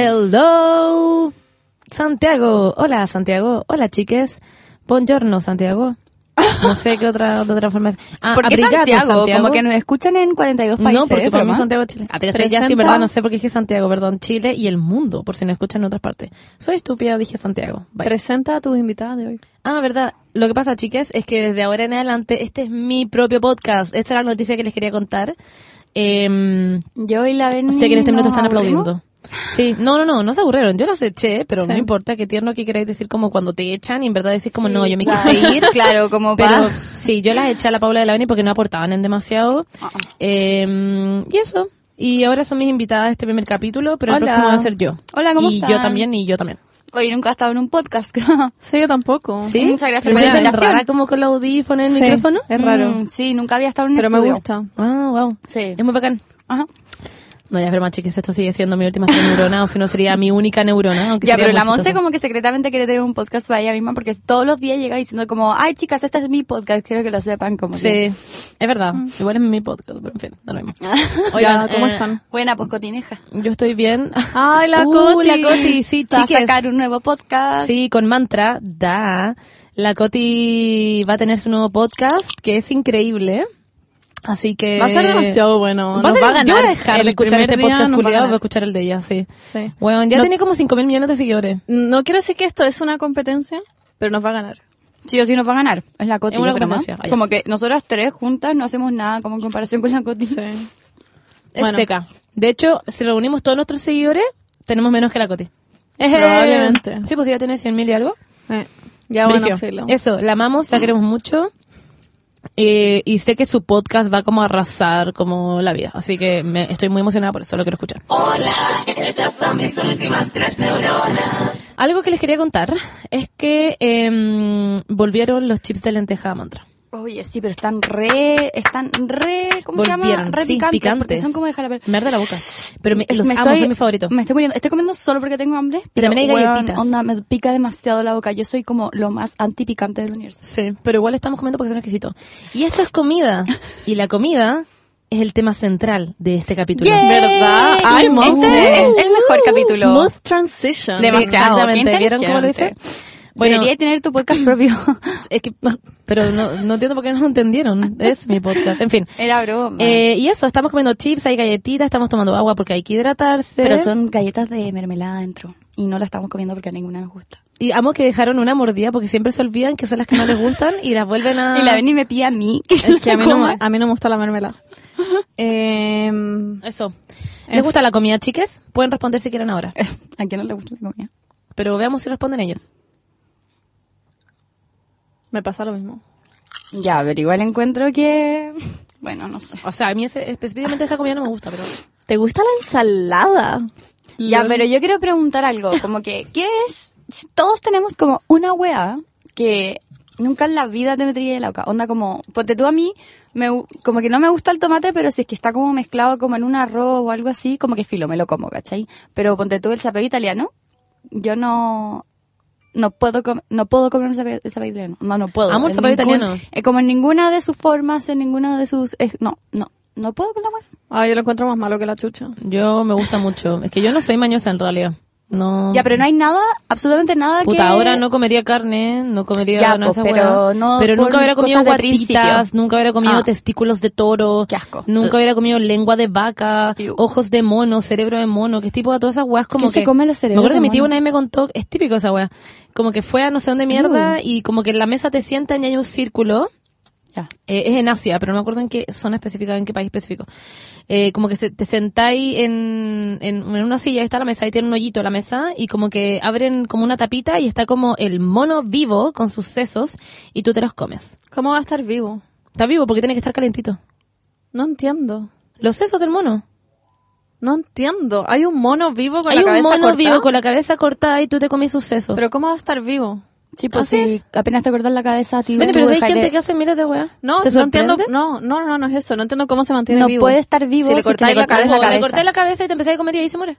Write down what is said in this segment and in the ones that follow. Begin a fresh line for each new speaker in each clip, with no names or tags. Hello, Santiago. Hola, Santiago. Hola, chiques. Buongiorno, Santiago. No sé qué otra, otra transformación. Ah,
¿Por qué
abrigate,
Santiago? Como que nos escuchan en 42 países.
No, porque para mí
Roma.
Santiago Chile.
Ah, pero
Pero ya sí,
presenta-
verdad, no sé por qué dije Santiago, perdón, Chile y el mundo, por si no escuchan en otras partes. Soy estúpida, dije Santiago. Bye.
Presenta a tus invitadas de hoy.
Ah, verdad. Lo que pasa, chicas, es que desde ahora en adelante este es mi propio podcast. Esta era la noticia que les quería contar. Em,
Yo y la Beni
sé que en este minuto
nos
están
aburrimos.
aplaudiendo. Sí, no, no, no, no se aburrieron. Yo las eché, pero
Sí.
no importa, qué tierno que queráis decir como cuando te echan y en verdad decís como
Sí,
no, yo me
claro.
quise ir.
Claro, como
Pero
pa-
sí, yo las eché a la Paula de la Beni porque no aportaban en demasiado.
Ah.
Eh, y eso. Y ahora son mis invitadas de este primer capítulo, pero el
Hola.
próximo va a ser yo.
Hola, ¿cómo
Y
están?
yo también, y yo también.
Hoy nunca he estado en un podcast.
Sí, yo tampoco.
¿Sí?
Muchas
Pero
gracias por la
es rara
invitación.
como con los audífonos en el
Sí,
micrófono.
Es raro.
Mm, sí, nunca había estado en un
Pero me
estudio.
gusta.
Ah, wow.
Sí.
Es muy bacán.
Ajá.
No, ya es broma, chicas, esto sigue siendo mi última neurona, o si no sería mi única neurona. aunque
Ya,
sería
pero la
muy
Monse
chistoso.
como que secretamente quiere tener un podcast para ella misma porque todos los días llega diciendo como, ay chicas, este es mi podcast, quiero que lo sepan como que-
Sí, es verdad.
Mm.
Igual es mi podcast, pero en fin, no lo mismo.
Ah. Ya, ¿cómo
eh,
están?
Buena, pues Cotineja.
Yo estoy bien.
Ay, la
Uh,
Coti.
la Coti, sí,
Va a
chicas.
sacar un nuevo podcast.
Sí, con mantra, da. La Coti va a tener su nuevo podcast, que es increíble. Así que...
Va a ser demasiado bueno.
Va a
nos
ser-
Eh, va a ganar.
Yo voy a dejar
El
de escuchar
primer
este
día
podcast
nos va a
culiado, voy a
ganar.
escuchar el de ella, sí.
Sí.
Bueno, ya
No-
tiene como 5 mil millones de seguidores.
No quiero decir que esto es una competencia, pero nos va a ganar.
Sí o sí nos va a ganar. Es la Coti.
Es una
yo creo, ¿no?
competencia, vaya.
Como que nosotras tres juntas no hacemos nada como en comparación con la Coti.
Sí.
Es
Bueno.
seca. De hecho, si reunimos todos nuestros seguidores, tenemos menos que la Coti. Ejé.
Probablemente.
Sí, pues ya tiene 100 mil y algo.
Eh, ya bueno,
Brigio.
filo.
Eso, la amamos, la queremos mucho. Eh, y sé que su podcast va como a arrasar como la vida. Así que me- estoy muy emocionada por eso, lo quiero escuchar. Hola, estas son mis últimas tres neuronas. Algo que les quería contar es que em, volvieron los chips de lenteja a mantra.
Oye, sí, pero están re, están re, ¿cómo se llama?
volvieron,
Re
sí,
picantes,
picantes.
porque son como de jarabe.
Me arde la boca. Pero me- los
me
amo,
estoy-
son mis favoritos.
Me estoy muriendo. Estoy comiendo solo porque tengo hambre. Pero
también hay
weón,
galletitas.
Onda, me pica demasiado la boca. Yo soy como lo más antipicante del universo.
Sí, pero igual estamos comiendo porque son exquisitos. Y esto es comida. Y la comida es el tema central de este capítulo.
¡Yay!
¿Verdad? Ay,
Este
Monse.
es el mejor capítulo.
Smooth transition.
Demasiado, qué
Exactamente.
inteligente.
¿Vieron cómo lo hice?
Bueno,
Bueno,
Debería tener tu podcast propio.
es que, no, pero no, no entiendo por qué no lo entendieron. Es mi podcast. En fin.
Era broma.
Eh, y eso, estamos comiendo chips, hay galletitas, estamos tomando agua porque hay que hidratarse.
pero son galletas de mermelada adentro. Y no las estamos comiendo porque a ninguna nos gusta.
Y amo que dejaron una mordida porque siempre se olvidan que son las que no les gustan y las vuelven a...
Y la Beni me pide a mí Ah. que
Es que a mí, no,
coma.
me- a mí no me gusta la mermelada. Eh,
Eso.
Eh.
¿Les gusta la comida, chiques? Pueden responder si quieren ahora.
¿A quién no le gusta la comida?
Pero veamos si responden ellos.
me pasa lo mismo.
Ya, pero igual encuentro que... Bueno, no sé.
O sea, a mí ese- específicamente esa comida no me gusta, pero...
¿Te gusta la ensalada?
Ya, pero yo quiero preguntar algo, como que, ¿qué es? Si Todos tenemos como una weá que nunca en la vida te metería de la boca. Onda como, ponte tú a mí, me, gu- como que no me gusta el tomate, pero si es que está como mezclado como en un arroz o algo así, como que filo, me lo como, ¿cachai? Pero ponte tú el sapeo italiano, yo no... No puedo, com- no puedo comer un sape- el sapeo italiano. No, no puedo.
Amo el
En
sapeo
ningún-
italiano.
eh, como en ninguna de sus formas, en ninguna de sus... eh, no, no. No puedo con la weá.
Ay, yo lo encuentro más malo que la chucha.
Yo me gusta mucho. Es que yo no soy mañosa en realidad. No.
Ya, pero no hay nada, absolutamente nada Ah, que...
Oh. Puta, ahora no comería carne, ¿eh? no comería
Ya,
nada
po,
de esas
pero
weas.
no
pero
por
nunca hubiera comido
cosas de principio.
guatitas, nunca hubiera comido
Ah.
testículos de toro,
Qué asco.
nunca hubiera comido lengua de vaca,
Ew.
ojos de mono, cerebro de mono, que es tipo de todas esas weas como
¿Qué
que
se come los cerebros
Me acuerdo
de
que mi tío
mono?
una vez me contó, es típico esa wea, como que fue a no sé dónde mierda y como que en la mesa te sientan y hay un círculo
Ya.
eh, es en Asia, pero no me acuerdo en qué zona específica, en qué país específico. Eh, como que se- te sentáis en, en, en una silla, ahí está la mesa, ahí tiene un hoyito la mesa, y como que abren como una tapita y está como el mono vivo con sus sesos y tú te los comes.
¿Cómo va a estar vivo?
Está vivo porque tiene que estar calentito.
No entiendo.
Los sesos del mono.
No entiendo. Hay un mono vivo con
Hay
la
un
cabeza
mono
cortada?
vivo con la cabeza cortada y tú te comes sus sesos.
Pero ¿cómo va a estar vivo?
Sí, pues
Así
sí,
es.
apenas te cortas la cabeza, tío.
Bueno,
tú
pero si hay
dejas
gente
de-
que hace miles de weas.
No,
¿Te
no entiendo.
sorprende?
No, no, no, no es eso. No entiendo cómo se mantiene
No
vivo.
puede estar vivo
si le
si te
cortáis
le
la
cortáis
cabeza.
O le
cabeza.
corté la cabeza y te empecé a comer y ahí se muere.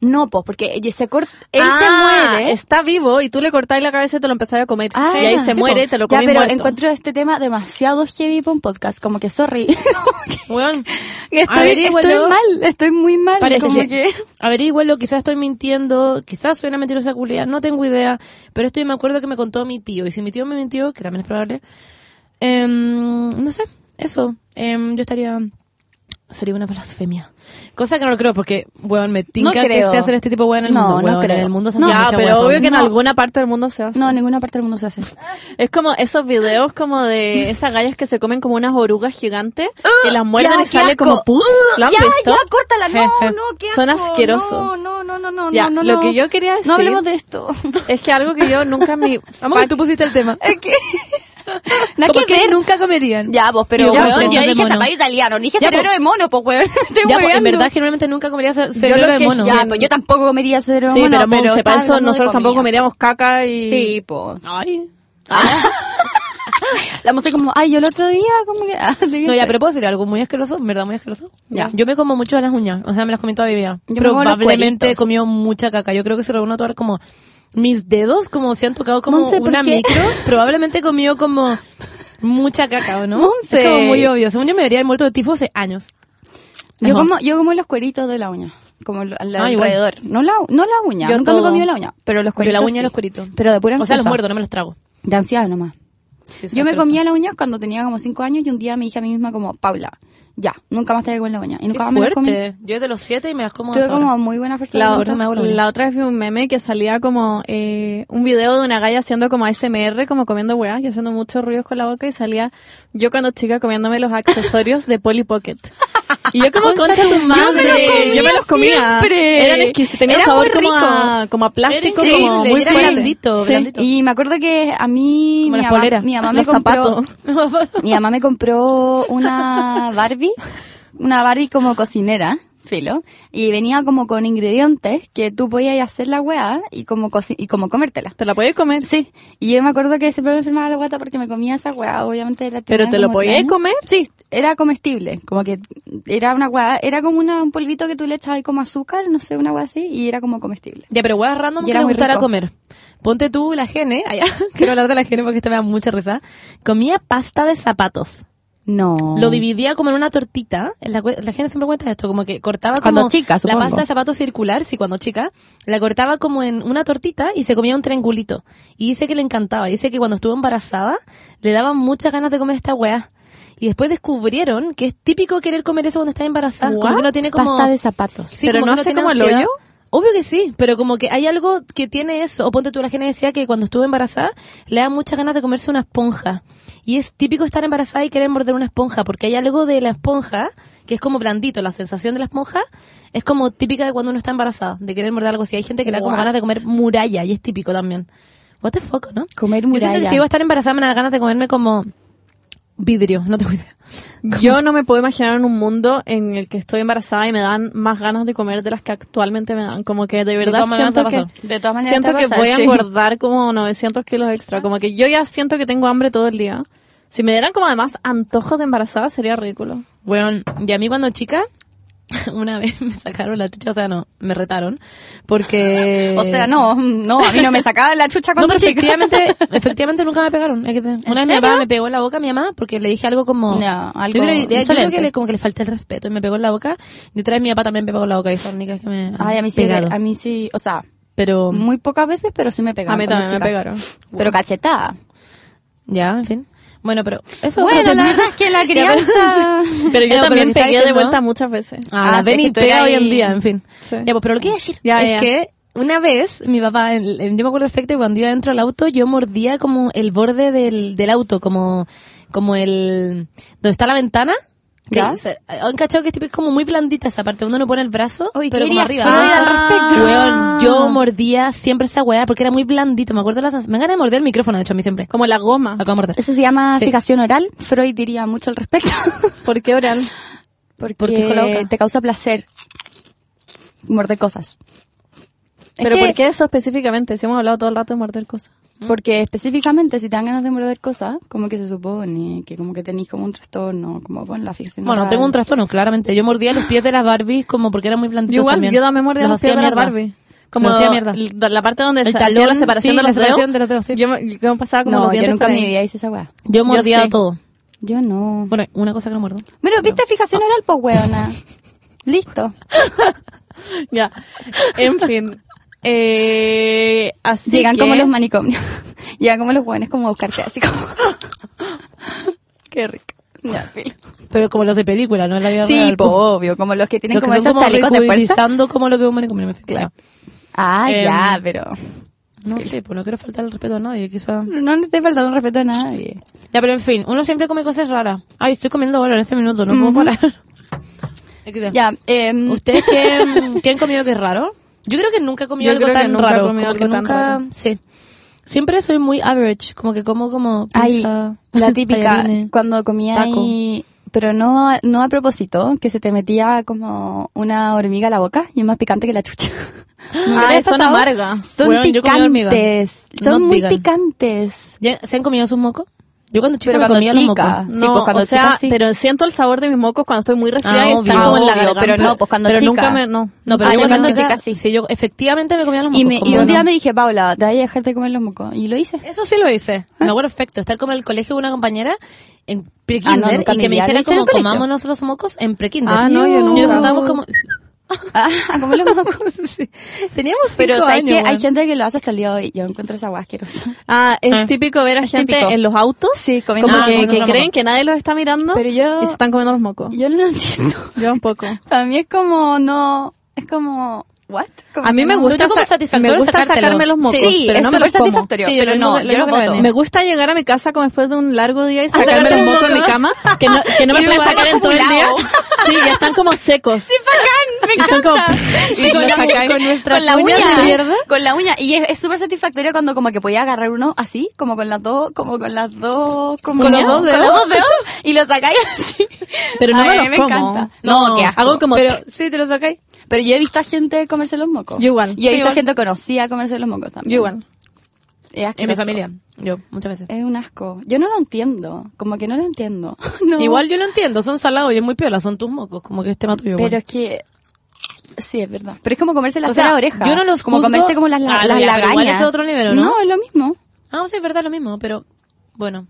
No, pues, porque y se corta, él
Ah,
se muere.
Está vivo y tú le cortáis la cabeza y te lo empezás a comer.
Ah,
y ahí se
sí,
muere y
po.
te lo
Ya,
comes
pero
muerto.
encuentro este tema demasiado heavy para un podcast. Como que, sorry.
Weón,
estoy,
averígualo.
estoy mal, estoy muy mal. Como
Paréntesis.
que...
Averígualo, quizás estoy mintiendo, quizás soy una mentirosa culia, no tengo idea, pero esto yo me acuerdo que me contó mi tío, y si mi tío me mintió, que también es probable, em, no sé, eso, em, yo estaría... Sería una blasfemia. Cosa que no lo creo porque, weón, me tinca que
creo.
se hacer este tipo de weón en el
No,
mundo.
no
weón,
creo.
En el mundo se
No,
hace
ya,
mucha
pero
weá,
obvio que en
No.
alguna parte del mundo se hace.
No, en ninguna parte del mundo se hace.
Es como esos videos como de esas gallas que se comen como unas orugas gigantes y
¡Ah!
las muerden
Ya,
y
qué
sale
asco.
como pus. ¿Lo han
ya,
visto?
ya, córtala. No, no, qué
Son
asco,
asquerosos.
No, no, no, no,
Ya,
no, no.
lo
no.
que yo quería decir-
No hablemos de esto.
Es que algo que yo nunca me...
Vamos, que tú pusiste el tema.
Es que... No hay
Como
que
que
ver.
nunca comerían.
Ya,
Y
vos,
ya,
pero weón,
pues,
yo
cerebro de
dije
mono.
zapallo italiano, dije
Ya,
cerebro
pues.
de mono, pues weón. Estoy
Ya, pues, en
hueveando.
verdad, generalmente nunca comería ce-
Yo lo
cerebro de
que-
mono.
Ya, pues yo tampoco comería cerebro de
Sí,
mono,
pero, pero
estaba
para eso
hablando de
nosotros tampoco
comida.
comeríamos caca y...
Sí, po.
Ay.
La moza como, ay, yo el otro día, como que... ah, sí,
No,
sí.
ya, pero puedo decir algo muy asqueroso, en verdad muy asqueroso.
Ya.
Yo me como mucho las uñas, o sea, me las comí toda mi vida.
Yo me como los
Probablemente he
cueritos.
comido mucha caca. Yo creo que se lo van a tomar como mis dedos, como se han tocado como
Monse, ¿por
una
qué?
micro. Probablemente he comido como mucha caca, ¿o no?
Monse.
Es como muy obvio. Según yo me debería haber muerto de tifo hace años.
Yo
Ajá.
como, yo como los cueritos de la uña, como lo- al
Ah, igual.
alrededor. No la, no la uña,
Yo
nunca me he
todo.
comido la uña, pero los
Yo
cueritos
la uña y
sí.
los cueritos.
Pero de pura
O sea, los
ansiosa.
muerdo, no me los trago.
De ansiedad nomás.
Sí, soy
Yo me
asquerosa.
comía las uñas cuando tenía como 5 años y un día me dije a mí misma como, Paula, ya, nunca más te voy a comer la uña. Y
Qué
nunca más me las comí.
fuerte. Yo desde los siete y me las como
Tuve
hasta ahora.
como muy buena fuerza de
La,
voluntad.
me hago la uña.
la otra vez vi un meme que salía como eh, un video de una galla haciendo como ASMR, como comiendo hueás y haciendo muchos ruidos con la boca y salía yo cuando chica comiéndome los accesorios de Polly Pocket. Y yo como
Concha
concha
tu
tu
madre,
madre,
yo me
los comía.
Eran exquisitos, tenían
Era
sabor
muy
como a,
rico.
como a plástico,
Era
como
increíble,
muy
era
fuerte.
blandito, blandito.
Y me acuerdo que a mí
Como
mi,
las
mamá-
poleras.
mi mamá me
Los
compró
zapatos.
mi mamá me compró una Barbie, una Barbie como cocinera, filo, y venía como con ingredientes que tú podías hacer la weá y como coci- y como comértela.
Te la podías comer,
Sí, y yo me acuerdo que siempre me enfermaba la guata porque me comía esa weá, obviamente era
pero
tenía
te lo
como
podías
tres-
comer.
Sí, era comestible, como que era una weá, era como una, un polvito que tú le echabas ahí como azúcar, no sé, una weá así, y era como comestible.
Ya, pero huevas random
Y
que
era
les
muy
gustara
rico.
comer. Ponte tú la gene, allá, quiero hablar de la gene porque esta me da mucha risa. Comía pasta de zapatos.
No.
Lo dividía como en una tortita. La, cue- la gente siempre cuenta esto, como que cortaba
Cuando
como
chica,
la
supongo.
pasta de zapatos circular, sí, cuando chica, la cortaba como en una tortita y se comía un triangulito. Y dice que le encantaba. Dice que cuando estuvo embarazada le daban muchas ganas de comer esta weá. Y después descubrieron que es típico querer comer eso cuando estás embarazada. Como que no tiene como...
Pasta de zapatos.
Sí,
Pero
como
no
que
hace
tiene
como el
ansiedad.
hoyo.
Obvio que sí, pero como que hay algo que tiene eso. O ponte tú, la gente decía que cuando estuvo embarazada le da muchas ganas de comerse una esponja. Y es típico estar embarazada y querer morder una esponja, porque hay algo de la esponja que es como blandito. La sensación de la esponja es como típica de cuando uno está embarazada, de querer morder algo así. Hay gente que le da como
What?
ganas de comer muralla y es típico también. What the fuck, ¿no?
Comer
Yo siento que
muralla.
si iba a estar embarazada me dan ganas de comerme como vidrio, no tengo idea.
Yo no me puedo imaginar en un mundo en el que estoy embarazada y me dan más ganas de comer de las que actualmente me dan. Como que de verdad
todas maneras
siento
te va a
que,
pasar.
De todas maneras
siento
te va a
que
pasar,
voy a
sí.
engordar como 900 kilos extra. Como que yo ya siento que tengo hambre todo el día. Si me dieran como además antojos de embarazada sería ridículo.
Bueno, y a mí cuando chica, una vez me sacaron la chucha, o sea, no, me retaron, porque...
O sea, no, no, a mí no me sacaba la chucha
Eh, No,
cuando
pero
chica.
efectivamente, efectivamente nunca me pegaron. es que te- Una vez mi
serio?
papá me pegó en la boca a mi mamá porque le dije algo como...
Ya, algo
yo creo, que- yo creo
insolente.
que le, como que le falté el respeto y me pegó en la boca. Y otra vez mi papá también me pegó en la boca y son únicas que me han
Ay, a mí sí,
pegado.
a mí Mm. sí, o sea,
Pero
muy pocas veces, pero sí me pegaron.
a mí
cuando
también
chica.
me pegaron.
Pero cachetada.
ya, en fin. Bueno, pero eso... es otro
Bueno, la
tema.
verdad es que la
Ya, pero-
crianza...
Pero yo
Ya,
también
lo que estaba
pegué de
diciendo-
vuelta muchas veces.
Ah, la
Ah, sí,
ven
es
y
que tú
pega
eras
hoy en
ahí-
día, en fin.
Sí.
Ya, pues, pero lo que iba a decir
Ya,
es
ya.
que una vez mi papá, en- en- yo me acuerdo perfecto, que cuando iba dentro del auto yo mordía como el borde del, del auto, como, como el... donde está la ventana. Que
Ya.
se- han cachado que es típico, como muy blandita esa parte, uno no pone el brazo,
Uy,
pero
¿qué
como
diría
arriba.
Freud al respecto?
Weón, yo mordía siempre esa weá porque era muy blandito, me acuerdo las... Me ganas de morder el micrófono, de hecho, a mí siempre.
Como la goma.
Acabo de morder.
Eso se llama
Sí.
fijación oral. Freud diría mucho al respecto.
¿Por qué oral?
Porque,
Porque es con la boca.
te causa placer morder cosas. Es
Pero
que-
¿por qué eso específicamente? Si hemos hablado todo el rato de morder cosas.
Porque específicamente si te dan ganas de morder cosas, como que se supone que como que tenéis como un trastorno, como con la ficción.
Bueno,
oral.
tengo un trastorno, claramente. Yo mordía los pies de las Barbies como porque eran muy plantitos
Yo igual,
también.
yo también mordía los
hacía
pies de las
mierda.
Barbie. Como
Los hacía mierda.
l- la parte donde
El
se hacía la
talón,
separación
sí,
de
la
los
separación
dedos.
de los dedos, sí.
Yo, me- yo me pasaba como
No,
los dientes
yo nunca
por
en
ahí.
mi vida hice esa weá.
Yo mordía
sí.
todo.
Yo no.
Bueno, una cosa que no muerdo.
Bueno, viste fijación oral, pues weona. Listo.
Ya. En fin. Eh, así
Llegan
que-
como los manicomios. Llegan como los jóvenes como a buscarte así como.
Qué rico.
Ya, filo.
Pero como los de película, no en la vida
Sí,
real. pues,
po, obvio, como los que tienen
Los que
como
son
esos chalecos de fuerza.
ridiculizando como lo que es un manicomio. me fijé.
Claro. Ah,
Em,
ya, pero.
No sé, pues no quiero faltar el respeto a nadie, quizá.
No le estoy faltando el respeto a nadie.
Ya, pero en fin, uno siempre come cosas raras. Ay, estoy comiendo ahora en este minuto, no puedo parar. XD.
Ya, em,
¿Ustedes qué, mm, qué han comido que es raro? Yo creo que nunca he comido
Yo
algo
creo que
tan
nunca he
raro.
comido
como que
algo tan
nunca-
raro.
Sí. Siempre soy muy average, como que como como
Ay,
pizza,
la típica,
tallarines.
cuando comía
taco.
ahí, pero no, a- no a propósito, que se te metía como una hormiga a la boca y es más picante que la chucha. ¿Nunca
Ay,
les ha
son
pasado?
amargas.
Son
Weón, yo comí hormiga.
picantes. Son
Not
muy
vegan.
picantes.
¿Ya ¿Se han comido sus mocos? Yo cuando chica
Pero
me
cuando
comía los
chica.
mocos.
Sí, pues, cuando
o sea,
chica sí.
pero siento el sabor de mis mocos cuando estoy muy resfriada
Ah,
y están
obvio,
como en la
obvio,
garganta.
pero no, pues cuando
Pero
chica.
nunca me, no.
No, pero
Ah,
yo
yo
cuando
cuando
chica
chica sí.
yo efectivamente me comía los mocos.
Y, me-
como
y un
no.
día me dije, Paula, te voy a dejar de comer los mocos. Y lo hice.
Eso sí lo hice. Me acuerdo perfecto. Estar como en el colegio de una compañera en
¿Eh? Ah, no,
pre-kinder
nunca
y
en
que me
mi vida lo
dijera
hice en
como
el colegio.
comámonos los mocos en pre-kinder.
Ah, no, yo
Y
nunca.
nos estábamos como...
Ah, a comer los mocos.
Sí. Teníamos cinco
Pero sabes
años.
que hay
bueno.
gente que lo hace hasta el día de hoy. Yo encuentro esa guasquerosa.
Ah, es
Ah.
típico ver a
Es
gente
típico.
en los autos.
Sí, comiendo
Como
Ah,
que,
comiendo
que
los
creen
mocos.
que nadie los está mirando.
Pero yo-
Y se están comiendo los mocos.
Yo no lo entiendo.
Yo un poco.
Para mí es como, no, es como, ¿what? Como
A mí
que
me
no-
gusta,
yo como
sa-
satisfactorio
me gusta
sacártelo.
sacarme los mocos,
Sí,
pero
es
no me
súper
los como.
satisfactorio,
Sí,
pero
lo
no,
mismo- lo
yo no
mismo que
voto.
Vane.
Me gusta llegar a mi casa como después de un largo día y sacarme
sacarte
los
los
mocos en mi
mocos.
cama, que no, que no me
Y
puedo
los
sacar en todo el día.
acumulados.
Sí, ya están como secos. Sí,
bacán,
y son como, y
con
los
la-
sacáis.
con nuestra
con la uña,
izquierda.
con la uña. Y es es súper satisfactorio cuando como que podía agarrar uno así, como con las dos, como con las dos, como
¿Con los
¿no?
dos dedos?
los dos dedos, y lo sacáis así.
Pero no
A
me
mí
los como.
encanta. No, qué asco.
hago como
Pero, sí, te lo sacáis.
Pero yo he visto a gente comerse los mocos.
Yo igual.
Y he
Yo
visto
igual.
gente conocida comerse los mocos también.
Yo igual.
Es
En mi
asqueroso.
familia. Yo, muchas veces.
Es un asco. Yo no lo entiendo. Como que no lo entiendo. No.
Igual yo lo entiendo, son salados y es muy piola, son tus mocos, como que es tema tuyo.
Pero
bueno.
es que. Sí, es verdad. Pero es como comerse la
O sea,
cera oreja.
yo no los
Como
juzgo-
comerse como las, la-
Ah,
las
ya, pero
lagañas.
igual es otro nivel, ¿no?
No, es lo mismo.
Ah, sí, es verdad, lo mismo, pero bueno,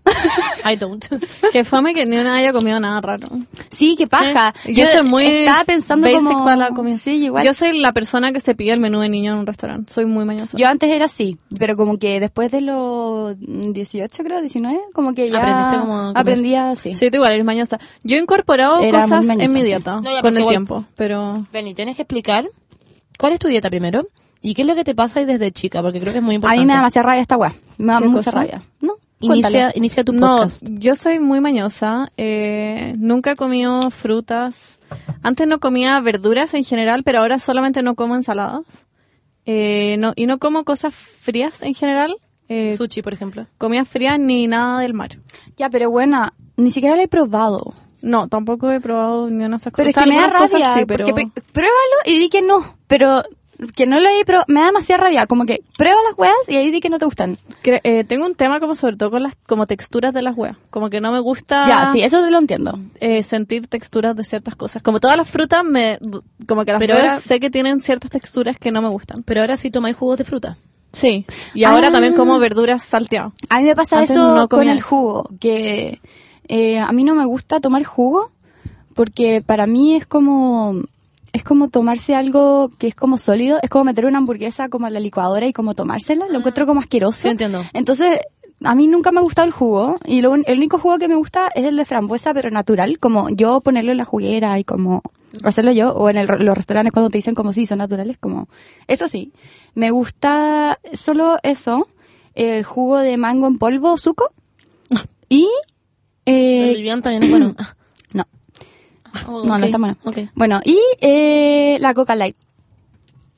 I don't.
Que fome que ni una haya comido nada raro.
Sí, qué paja.
Eh, Yo, soy muy
Estaba pensando
basic
como...
para la comida.
Sí, igual.
Yo soy la persona que se pide el menú de niño en un restaurante. Soy muy mañosa.
Yo antes era así, pero como que después de los 18, creo, 19, como que ya
Aprendiste como a comer.
aprendía así.
Sí, tú igual eres mañosa. Yo he incorporado
Era muy
cosas en
mañosa,
mi
sí.
dieta
No, ya,
con
porque
el
igual-
tiempo, pero...
Benny, tienes que explicar cuál es tu dieta primero y qué es lo que te pasa ahí desde chica, porque creo que es muy
A
importante.
mí me da demasiada rabia esta weá. Me da
¿Qué
mucha
cosa?
rabia. No,
inicia,
cuéntalo.
inicia tu
no,
podcast.
yo soy muy mañosa. eh, nunca he comido frutas. Antes no comía verduras en general, pero ahora solamente no como ensaladas. Eh, no, y no como cosas frías en general. Eh,
Sushi, por ejemplo.
comidas frías ni nada del mar.
Ya, pero buena, ni siquiera la he probado.
No, tampoco he probado ni una de esas
Pero es
cosas.
que me da
Algunas cosas
rabia. eh,
sí, pero...
porque pr- pruébalo y di que no. Pero que no lo he probado. Me da demasiada rabia. Como que prueba las weas y ahí di que no te gustan.
Cre- eh, tengo un tema como sobre todo con las como texturas de las huevas. Como que no me gusta
Ya, sí, eso lo entiendo.
eh, sentir texturas de ciertas cosas. Como todas las frutas, me como que las
Pero
frutas
ahora-
sé que tienen ciertas texturas que no me gustan.
Pero ahora sí tomáis jugos de fruta.
Sí. Y ahora
Ah.
también como verduras salteadas.
A mí me pasa
Antes
eso
no comía
con el
eso.
jugo, que eh, a mí no me gusta tomar jugo porque para mí es como es como tomarse algo que es como sólido, es como meter una hamburguesa como a la licuadora y como tomársela, lo encuentro como asqueroso.
Ah. Sí, entiendo.
Entonces, a mí nunca me ha gustado el jugo y lo un- el único jugo que me gusta es el de frambuesa pero natural, como yo ponerlo en la juguera y como hacerlo yo o en el ro- los restaurantes cuando te dicen como sí, son naturales, como eso sí. Me gusta solo eso, el jugo de mango en polvo, suco
Ah.
y eh,
El Vivian también es bueno. Ah,
no,
oh,
no,
ok,
no está bueno.
ok.
Bueno, y eh, la Coca Light.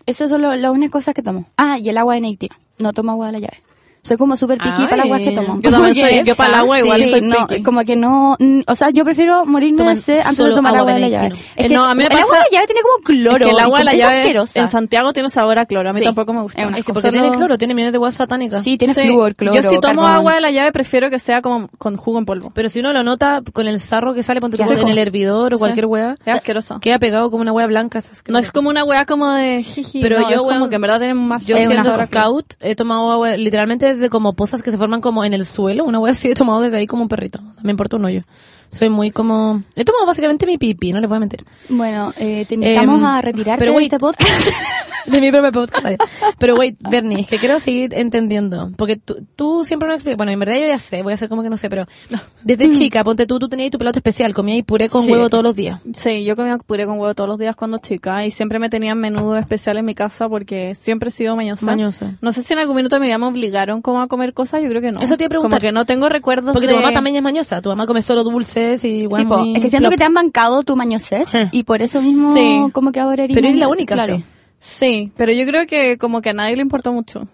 Esas son lo- las únicas cosas que tomo. Ah, y el agua de Neitina. No tomo agua de la llave. Soy como súper piqui
Ay.
para las weas que tomo.
Yo también
Como
soy-
que-
yo para la agua igual
Sí,
soy
no,
piqui.
Como que no, mm, o sea, yo prefiero morirme
Toman
de sed antes de
solo
tomar
agua
agua de la llave.
benedictino.
Es
Eh,
que
no, a mí me
el agua
pasa-
de la llave tiene como
Es
cloro.
que el agua de
y
la
como- es
llave
asquerosa.
en Santiago tiene sabor a cloro. A mí
Sí,
tampoco me gusta.
es una
Es que
cosa.
porque tiene
Solo-
cloro, tiene millones de guas satánicas.
Sí, tiene
Sí.
flúor, cloro,
Yo si tomo
carbón.
agua de la llave prefiero que sea como con jugo en polvo.
Pero si uno lo nota con el sarro que sale ponte
Qué
tú, en
asco.
el hervidor o
Sí.
cualquier hueá,
Es asqueroso.
queda pegado como una hueá blanca. esas que-
No es como una weá como de jiji.
Pero
no,
yo,
es como
weón,
que en verdad tienen más
Yo
Es
siendo
una asco.
scout he tomado agua literalmente desde como pozas que se forman como en el suelo. Una hueá así he tomado desde ahí como un perrito. Me importa un hoyo. Soy muy como... He tomado básicamente mi pipí, no les voy a mentir.
Bueno, eh, te invitamos
Em,
a retirarte
pero
de
wait.
este podcast.
De mi propio podcast. Ay. Pero wait, Bernie, es que quiero seguir entendiendo. Porque tú, tú siempre nos explicas. Bueno, en verdad yo ya sé, voy a hacer como que no sé, pero desde chica, ponte tú, tú tenías tu plato especial, comías puré con
Sí.
huevo todos los días.
Sí, yo comía puré con huevo todos los días cuando chica y siempre me tenían menudo especial en mi casa porque siempre he sido mañosa.
Mañosa.
No sé si en algún minuto de mi vida me obligaron como a comer cosas, yo creo que no.
Eso te iba a preguntar.
Como que no tengo recuerdos
Porque
de...
tu mamá también es mañosa, tu mamá come solo dulces y
Sí,
guan
po,
muy
es que siento
plop.
que te han bancado tu mañosés
Sí.
y por eso mismo
Eh. Sí.
como que ahora eres
Pero eres
maño-
la única,
claro.
sí.
Sí, pero yo creo que como que a nadie le importó mucho.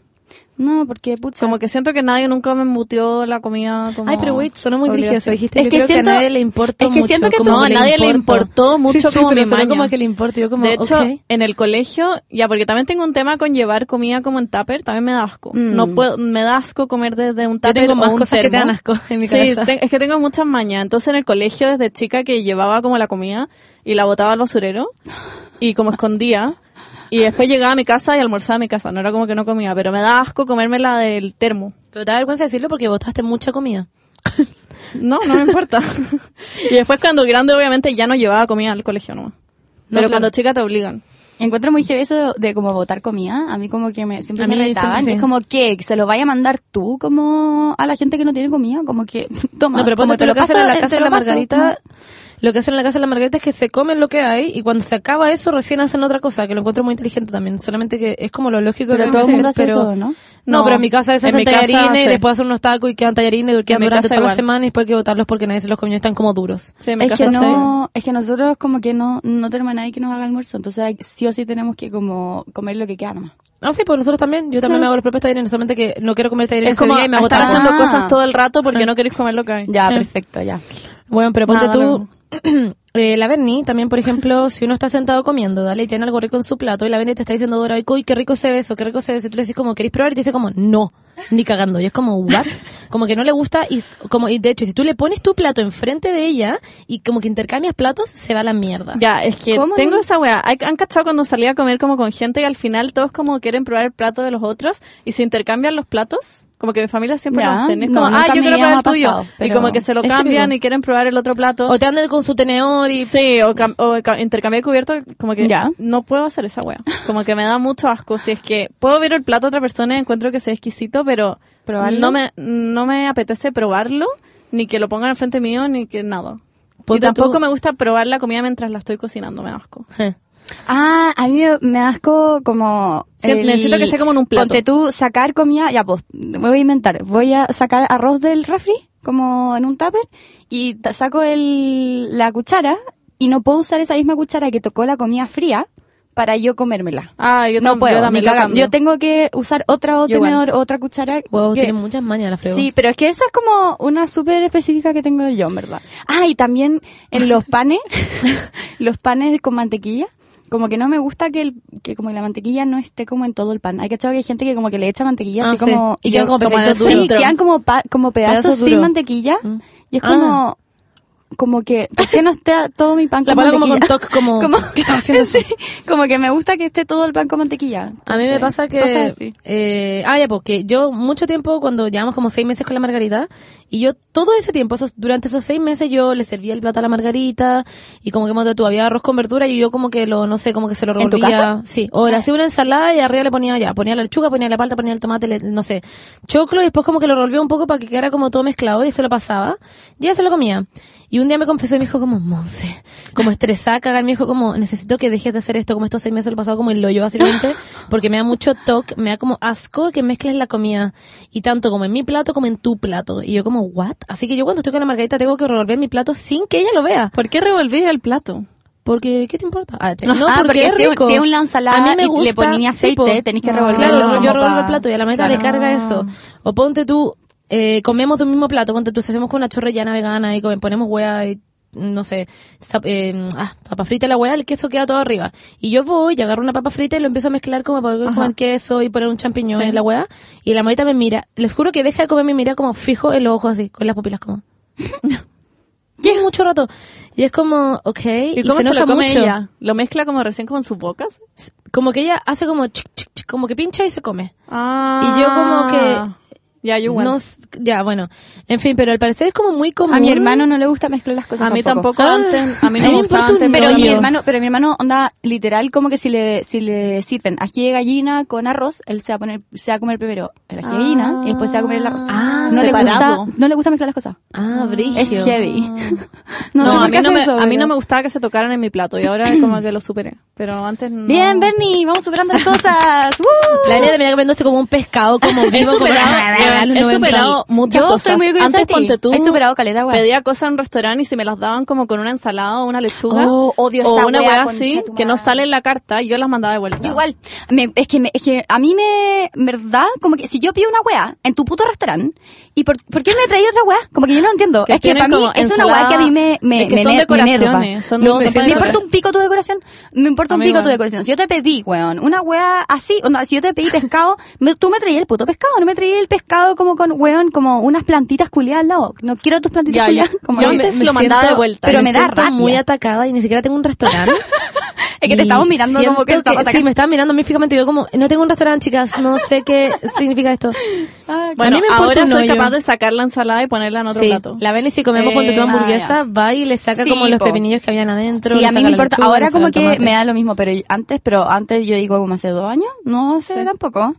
No, porque pucha.
Como que siento que nadie nunca me embutió la comida como...
Ay, pero wait, sonó muy
obligatoria.
brígido eso, dijiste.
Es
yo
que
creo
siento-
que a nadie le importa
es que siento que
mucho,
tu-
como
No, a nadie le
importa.
importó mucho
sí, sí,
como
pero
mi
sonó
maña.
como que le importa, yo como,
de hecho,
ok.
en el colegio, ya porque también tengo un tema con llevar comida como en tupper, también me da asco.
Mm.
No puedo, me da asco comer desde un
Yo
tupper
tengo
o
más
un
cosas que te
termo.
dan asco en mi
Sí,
cabeza.
te- es que tengo muchas mañas. Entonces en el colegio desde chica que llevaba como la comida y la botaba al basurero y como escondía. Y después llegaba a mi casa y almorzaba a mi casa. No era como que no comía, pero me da asco comérmela del termo.
Pero te da vergüenza decirlo porque botaste mucha comida.
No, no me importa. y después cuando grande obviamente ya no llevaba comida al colegio nomás.
No,
Pero
claro.
cuando chica te obligan.
Encuentro muy heavy eso de como botar comida. A mí como que me, siempre
A
me
mí
retaban.
siempre sí.
Es como que se lo vaya a mandar tú como a la gente que no tiene comida. Como que, toma.
No, pero
como
ponte tú, lo que hacen en la
eh,
casa
te
de
lo
la
paso,
Margarita, lo que hacen en la casa de la Margarita es que se comen lo que hay y cuando se acaba eso recién hacen otra cosa, que lo encuentro muy inteligente también, solamente que es como lo lógico
Pero
que
todo el
hacen,
mundo hace
pero-
eso, ¿no?
No,
No,
pero en mi casa se
en
hacen
mi casa,
tallarines y
sí.
después hacen unos tacos y quedan tallarines y quedan
mi
durante
casa
toda la
igual.
semana y después hay que botarlos porque nadie se los comió, están como duros.
Sí, me
Es que,
casé
no, es que nosotros como que no, no tenemos a nadie que nos haga almuerzo, entonces hay- sí o sí tenemos que como comer lo que queda nomás.
Ah, sí, pues nosotros también, yo también me hago los propios tallarines, solamente que no quiero comer tallarines
Es como
ese día y me
estar
agotaba.
haciendo
Ah.
cosas todo el rato porque no queréis comer lo que hay.
Ya,
Eh.
perfecto, ya.
Bueno, pero ponte
Nada,
tú. eh, la Bernie también, por ejemplo, si uno está sentado comiendo, dale, y tiene algo rico en su plato, y la Bernie te está diciendo, Dora, uy, qué rico se ve eso, qué rico se ve eso, y tú le decís como, ¿queréis probar? Y te dice como, no, ni cagando. Y es como, ¿what? Como que no le gusta, y s- como y de hecho, si tú le pones tu plato enfrente de ella, y como que intercambias platos, se va a la mierda.
Ya, es que
¿Cómo
tengo
no?
esa weá. Hay- Han cachado cuando salía a comer como con gente y al final todos como quieren probar el plato de los otros y se intercambian los platos. Como que mi familia siempre
Ya,
lo hacen. Es
no,
como, ah,
nunca
yo
me
quiero probar el
ha
tuyo.
pasado,
y
pero
como que se lo
es
cambian
típico.
y quieren probar el otro plato.
O te andan con su tenedor y...
sí, o, cam- o ca- intercambiar cubierto. Como que
Ya.
no puedo hacer esa weá. Como que me da mucho asco. Si es que puedo ver el plato de otra persona y encuentro que sea exquisito, pero
¿Probarlo?
no me no me apetece probarlo, ni que lo pongan al frente mío, ni que nada. Y
Ponte
tampoco
tú-
me gusta probar la comida mientras la estoy cocinando, me da asco.
Ah, a mí me- me da asco como...
Sí, necesito que esté como en un plato.
Ponte tú sacar comida, ya pues, me voy a inventar, voy a sacar arroz del refri, como en un tupper, y ta- saco el, la cuchara, y no puedo usar esa misma cuchara que tocó la comida fría para yo comérmela.
Ah, yo
no
tam-
puedo,
yo
yo,
también lo cambio.
yo tengo que usar otra
Yo igual.
tenedor, otra cuchara.
Wow,
que-
tienen muchas mañas la frego.
Sí, pero es que esa es como una súper específica que tengo yo, en verdad. Ah, y también en los panes, los panes con mantequilla, como que no me gusta que, el, que como la mantequilla no esté como en todo el pan. Hay que que hay gente que como que le echa mantequilla
Ah,
así
sí.
como...
Y quedan como
como en el
pedacitos
duro.
duros.
Sí, quedan como, pa- como pedazos,
Pedazos
sin
duros.
mantequilla
Mm.
y es
Ah.
como... Como que, ¿por qué no está todo mi pan
La
con
pala como con
mantequilla?
toque, como...
Como-
¿Qué estás haciendo eso?
Sí, como que me gusta que esté todo el pan con
A
mantequilla.
mí
Entonces,
me pasa
cosas
que...
así.
Eh, ah, ya, porque yo mucho tiempo, cuando llevamos como seis meses con la Margarita, y yo todo ese tiempo, esos- durante esos seis meses, yo le servía el plato a la Margarita, y como que ponte tú, había arroz con verdura, y yo como que lo, no sé, como que se lo
¿En tu
revolvía.
casa?
Sí, o le hacía una ensalada y arriba le ponía ya, ponía la lechuga, ponía la palta, ponía el tomate, le- no sé, choclo, y después como que lo revolvía un poco para que quedara como todo mezclado, y se lo pasaba, y ella se lo comía. Y un día me confesó y me dijo como, Monse, como estresada, cagar, me dijo como, necesito que dejes de hacer esto, como estos seis meses lo he pasado como el loyo básicamente, porque me da mucho toque, me da como asco que mezcles la comida, y tanto como en mi plato como en tu plato. Y yo como, what? Así que yo cuando estoy con la margarita tengo que revolver mi plato sin que ella lo vea.
¿Por qué revolví el plato?
Porque, ¿qué te importa? Ah, che.
ah, porque si- si es un lanzalada y le poní aceite,
po.
tenés que
No,
revolverlo
Claro,
como
yo revuelvo
pa-
el plato y a la meta le
Claro.
carga eso. O ponte tú, eh, comemos de un mismo plato, ponte tú, si hacemos con una chorrellana vegana y come- ponemos hueá y no sé, sap- eh, ah, papa frita y la hueá, el queso queda todo arriba. Y yo voy y agarro una papa frita y lo empiezo a mezclar como para volver con el queso y poner un champiñón en la hueá. Y la morita me mira, les juro que deja de comer, me mira como fijo en los ojos así, con las pupilas como... Y es mucho rato. Y es como, ok, y,
¿Y cómo
se
se,
enoja
lo come
mucho
ella? ¿Lo mezcla como recién como en sus bocas?
como que ella hace como chic, chic, chic, como que pincha y se come.
Ah.
Y yo como que-
Ya, yo igual.
No, s- ya, bueno. En fin, pero al parecer es como muy común.
A mi hermano no le gusta mezclar las cosas.
a mí
tampoco.
tampoco
Ah,
antes, a mí
a
no me
mí me
gustaba
importa
antes.
un
mi
Pero mi
amigo.
hermano, pero mi hermano onda literal como que si le, si le sirven ají de gallina con arroz, él se va a poner, se va a comer primero el ají de gallina y después se va a comer el arroz.
Ah,
no le
separado.
gusta, no le gusta mezclar las cosas.
Ah, brígido.
Es heavy.
No,
no, sé
a,
por
mí
qué
no
hace
me,
eso,
a mí
pero-
no me gustaba que se tocaran en mi plato y ahora como que lo superé. Pero antes no.
Bien, Bernie, vamos superando las cosas. ¡Woo!
La niña termina comiéndose como un pescado, como vivo, como a los
he
90.
superado muchas
Yo
cosas.
estoy muy orgullosa
Antes,
de ti.
ponte tú,
He superado caleta, weá.
Pedía cosas en un restaurante y si me las daban como con una ensalada o una lechuga.
Oh, odio
o
esa
una
weá,
weá
concha
así,
tu
que no
madre.
sale en la carta, yo las mandaba de vuelta.
Yo igual, me- es, que me- es que a mí me, en verdad, como que si yo pido una weá en tu puto restaurante, ¿y por, por qué me traí otra weá? Como que yo no lo entiendo.
Que
es que
tienen
para mí
como
es una weá
ensalada-
que a mí me, me,
es que
me
son
ener- me
decoraciones,
enerva.
son
No,
decoraciones.
me importa un pico tu decoración, me importa un
A mí
pico tu
igual.
decoración. Si yo te pedí, weón, una weá así, onda, si yo te pedí pescado, me- tú me traías el puto pescado, no me traías el pescado como con, weón, como unas plantitas culiadas al lado. No quiero tus plantitas
Ya, ya.
culiadas. Como
Yo
no.
antes lo mandaba de vuelta.
Pero
me,
me, da
siento
rabia.
muy atacada y ni siquiera tengo un restaurante.
Es que te
Y
estamos mirando como que
siento
estamos
Sí,
atacando.
me estaban mirando místicamente. y Yo como, no tengo un restaurante, chicas. No sé qué significa esto.
Bueno,
A mí me importa
ahora
un
soy
hoyo.
capaz de sacar la ensalada y ponerla en otro
sí,
plato.
la ven y si comemos
Eh,
ponte tu
ah,
hamburguesa, va y le saca
Sí,
como los
po.
pepinillos que habían adentro.
Sí,
le
a mí
saca
me
la
importa.
lechuga, le
Ahora
saca
como
el
que
tomate.
me da lo mismo, pero antes, pero antes yo digo como hace dos años, no sé
Sí.
tampoco.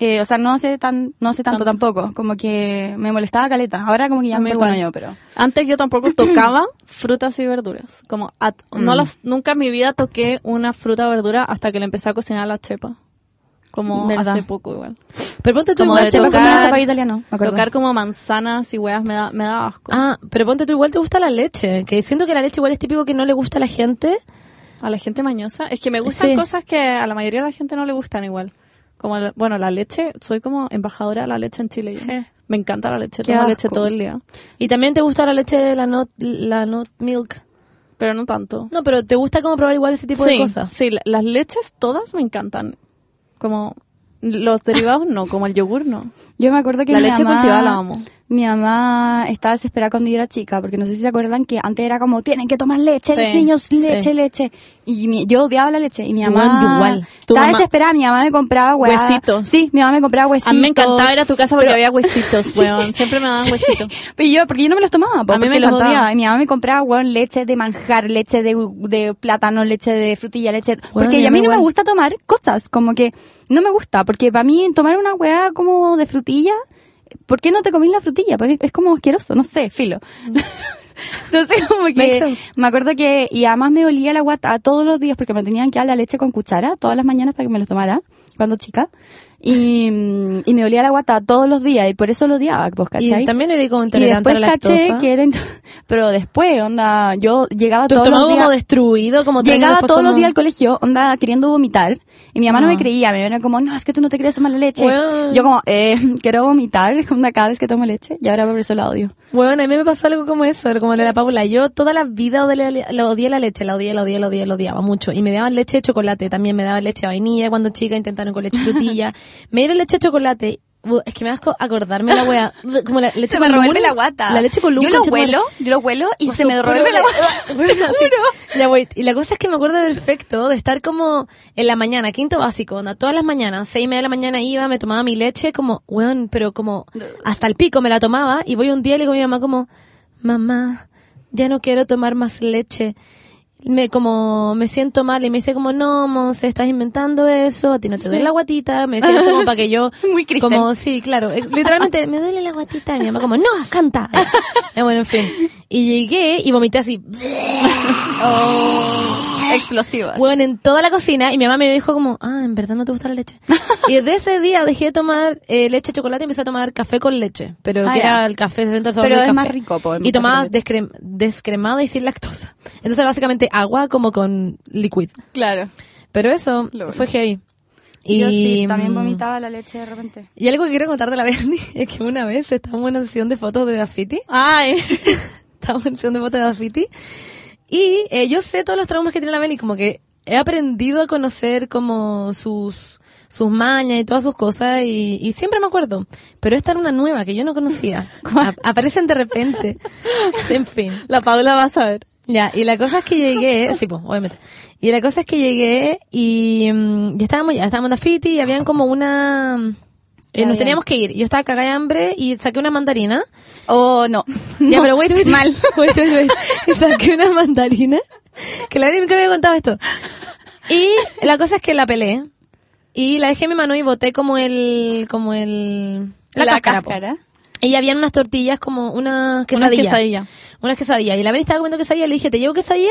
Eh, o sea, no sé tan, no sé tanto, tampoco. Como que me molestaba caleta. Ahora como que
A
ya me
mí
importa
igual.
yo, pero.
Antes yo tampoco tocaba frutas y verduras. Como at-
Mm.
no las, nunca en mi vida toqué una fruta o verdura hasta que le empecé a cocinar a la chepa. Como
Verdad.
hace poco igual.
Pero ponte tú
Como
igual
de
te
Siempre
tocar-
gusta-
escuchaba zapallo italiano, me acuerdo.
Tocar como manzanas y huevas me da, me da asco.
Ah, pero ponte tú igual te gusta la leche, que siento que la leche igual es típico que no le gusta a la gente.
A la gente mañosa. Es que me gustan
Sí.
cosas que a la mayoría de la gente no le gustan igual. Como, el- bueno, la leche. Soy como embajadora de la leche en Chile. yo.
Je.
Me encanta la leche.
Eh. Qué
Tomo leche
asco.
todo el día.
Y también te gusta la leche, la not, la not milk.
Pero no tanto.
No, pero te gusta como probar igual ese tipo
sí,
de cosas.
Sí, la- las leches todas me encantan. Como los derivados no, como el yogur no.
Yo me acuerdo que
La
mi
leche
mamá,
cultivada la amo.
Mi mamá estaba desesperada cuando yo era chica, porque no sé si se acuerdan que antes era como, tienen que tomar leche,
Sí,
los niños, leche,
sí.
leche. Y mi- yo odiaba la leche. Y mi
Bueno,
mamá
igual. Tu
estaba
mamá-
desesperada, mi mamá me compraba hueá-
Huesitos.
Sí, mi mamá me compraba huesitos.
A mí me encantaba ir a tu casa porque
Pero-
había huesitos, weón. Siempre me daban huesitos.
Pero yo, porque yo no me los tomaba, po,
A mí me
porque los
encantaba.
odiaba. Y mi mamá me compraba, weón, leche de manjar, leche de, de plátano, leche de frutilla, leche... porque
yo
a mí
me
no me
igual.
gusta tomar cosas, como que no me gusta. Porque para mí tomar una weá como de frutilla, ¿por qué no te comí la frutilla? Para mí es como asqueroso, no sé, filo. Entonces como
Mm. Makes
que
sense.
me acuerdo que y además me olía la guata todos los días porque me tenían que dar la leche con cuchara todas las mañanas para que me los tomara cuando chica y, mm, y me olía la guata todos los días y por eso lo odiaba, pues, ¿cachai?
Y también era como
Y
intolerante a
después
la
caché
lactosa.
que era... inter- Pero después, onda, yo llegaba
tu
todos los
estómago
días...
como destruido, como tres
Llegaba
después
todos los
como-
días al colegio, onda, queriendo vomitar. Y mi mamá no,
Ah.
me creía, me era como, no, es que tú no te quieres tomar la leche.
Weón.
Yo como, eh, quiero vomitar, onda, cada vez que tomo leche. Y ahora por eso la odio.
Bueno, a mí me pasó algo como eso, como lo de la Paula. Yo toda la vida odié la, la odié la leche, la odié, la odié, la odié, la odiaba mucho. Y me daban leche de chocolate, también me daban leche de vainilla cuando chica, intentaron con leche de frutilla. me dieron leche de chocolate. Bu, Es que me da asco acordarme la wea. Como la leche con
revuelve
lumen, La leche con lumen,
Yo lo
conchetumare.
huelo, yo lo huelo y
Con
se
su
me
puro
revuelve la
leche.
guata.
Bueno, sí.
Juro.
Ya, wait, Y la cosa es que me acuerdo perfecto de estar como en la mañana, quinto básico, onda, todas las mañanas, seis y media de la mañana iba, me tomaba mi leche como, weón, pero como hasta el pico me la tomaba y voy un día y le digo a mi mamá como, mamá, ya no quiero tomar más leche. Me como, me siento mal y me dice como, no, Monse, estás inventando eso, a ti no te duele la guatita, me decía eso como para que yo,
Muy Kristen.
como, sí, claro, eh, literalmente, me duele la guatita, y mi mamá como, no, canta. Eh, bueno, en fin. Y llegué y vomité así,
explosivas.
Bueno, en toda la cocina y mi mamá me dijo como, ah, en verdad no te gusta la leche. y desde ese día dejé de tomar eh, leche de chocolate y empecé a tomar café con leche. Pero
Ah,
que
ya.
era el café 60 sobre
Pero
el
es
café.
más rico, po, el
Y
café con
tomabas
leche.
descrem- descremada y sin lactosa. Entonces básicamente agua como con liquid.
Claro.
Pero eso
Lord.
fue heavy.
Y, yo sí, también
mm,
vomitaba la leche de repente.
Y algo que quiero contar de la Bernie es que una vez estábamos en una sesión de fotos de Graffiti
Ay.
estábamos en sesión de fotos de graffiti. Y eh, yo sé todos los traumas que tiene la Meli, como que he aprendido a conocer como sus sus mañas y todas sus cosas y, y siempre me acuerdo. Pero esta era una nueva que yo no conocía. A- aparecen de repente. En fin.
La Paula va a saber.
Ya, y la cosa es que llegué, sí, pues, obviamente. Y la cosa es que llegué y mm, ya estábamos, ya estábamos en Tafiti y habían como una... eh, nos
Habían.
teníamos que ir. Yo estaba cagada de hambre y saqué una mandarina.
Oh, no.
Ya, pero wait, wait, mal. Wait, wait, wait. Y saqué una mandarina. Que la verdad nunca había contado esto. Y la cosa es que la pelé. Y la dejé en mi mano y boté como el, como el, la, cáscara. po. Y habían unas tortillas como una quesadilla.
quesadilla.
Unas quesadillas. Y la Beni estaba comiendo quesadilla y le dije, ¿te llevo quesadilla?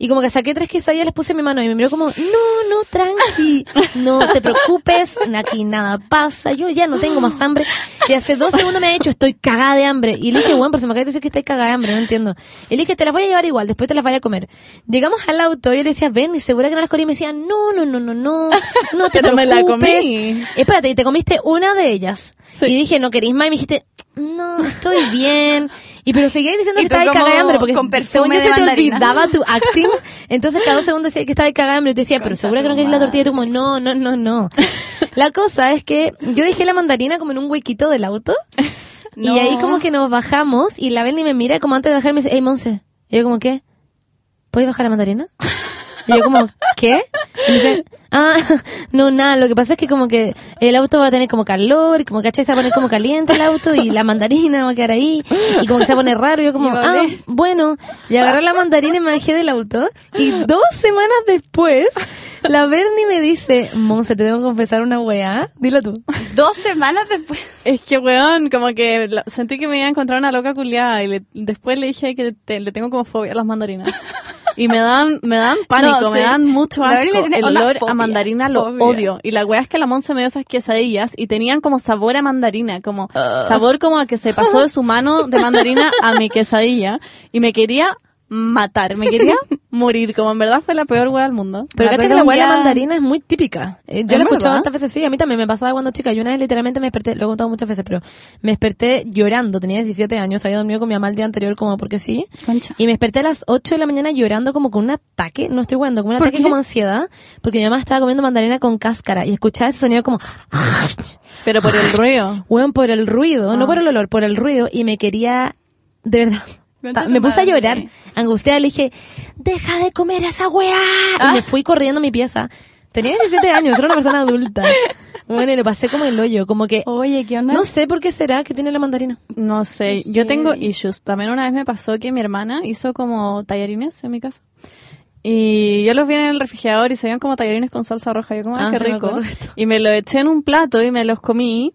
Y como que saqué tres quesadillas, las puse en mi mano y me miró como, no, no, tranqui, no te preocupes, aquí nada pasa, yo ya no tengo más hambre. Y hace dos segundos me ha dicho, estoy cagada de hambre. Y le dije, bueno, pero se me acaba de decir que estáis cagada de hambre, no entiendo. Y le dije, te las voy a llevar igual, después te las voy a comer. Llegamos al auto y yo le decía, ven, y segura que no las comí. Y me decía, no, no, no, no, no, no te
Pero me
preocupes.
la comí.
Espérate, y te comiste una de ellas.
Sí.
Y dije, ¿no querís más? Y me dijiste, no, estoy bien. Y pero seguí diciendo
Y
que
tú
estaba de
como
cagada de hambre, porque
con
según
perfume
yo
de
se te
mandarina.
olvidaba tu acting. Entonces cada dos segundos decía que estaba de cagada de hambre. Y te decía, pero segura que no querés la tortilla. Y tú como, no, no, no, no. La cosa es que yo dejé la mandarina como en un huequito del auto.
No.
Y ahí como que nos bajamos y la Belny me mira como antes de bajar me dice, hey Monse. Y yo como, ¿qué? ¿Puedes bajar la mandarina? Y yo como, ¿qué? Y me dice, ah, no, nada, lo que pasa es que como que el auto va a tener como calor, y como que se va a poner como caliente el auto y la mandarina va a quedar ahí y como que se va a poner raro. Y yo como,
Y
ah,
volé.
bueno. Y agarré la mandarina y me bajé del auto y dos semanas después la Bernie me dice, Monse, te tengo que confesar una weá. Dilo tú.
Dos semanas después.
Es que, weón, como que la- sentí que me iba a encontrar una loca culiada y le- después le dije que te- le tengo como fobia a las mandarinas. Y me dan, me dan pánico,
No,
me
sí.
dan mucho
La Gabriela
asco.
tiene
El
una
olor
fobia,
a mandarina lo
fobia.
odio. Y la weá es que la Monse me dio esas quesadillas y tenían como sabor a mandarina, como
Ah.
sabor como a que se pasó de su mano de mandarina a mi quesadilla y me quería matar, me quería morir, como en verdad fue la peor weá del mundo.
Pero
Me
cacha que
acuerdo
la
un
hueá de la
día-
mandarina es muy típica. Eh, yo
¿Es
la he escuchado
verdad?
hartas veces, sí. A mí también me pasaba cuando chica. Yo una vez literalmente me desperté, lo he contado muchas veces, pero me desperté llorando. Tenía 17 años, había dormido con mi mamá el día anterior como porque sí.
Concha.
Y me desperté a las 8 de la mañana llorando como con un ataque, no estoy jugando, como un ataque como ansiedad, porque mi mamá estaba comiendo mandarina con cáscara y escuchaba ese sonido como...
Pero por el ruido.
Weón, por el ruido,
Ah.
no por el olor, por el ruido, y me quería, de verdad,
Concha
me
tu
puse a
madre.
llorar, angustiada, le dije, deja de comer a esa weá, y
Ah.
me fui corriendo a mi pieza. Tenía 17 años, era una persona adulta. Bueno, y lo pasé como el hoyo, como que,
Oh,
Oye, ¿qué onda?
no sé por qué será que tiene la mandarina.
No sé,
Qué
yo tengo
heavy.
issues. También una vez me pasó que mi hermana hizo como tallarines en mi casa. Y yo los vi en el refrigerador y se veían como tallarines con salsa roja. Yo como, ah,
Ah,
qué
sí, me
rico.
acuerdo de esto.
Y me lo eché en un plato y me los comí.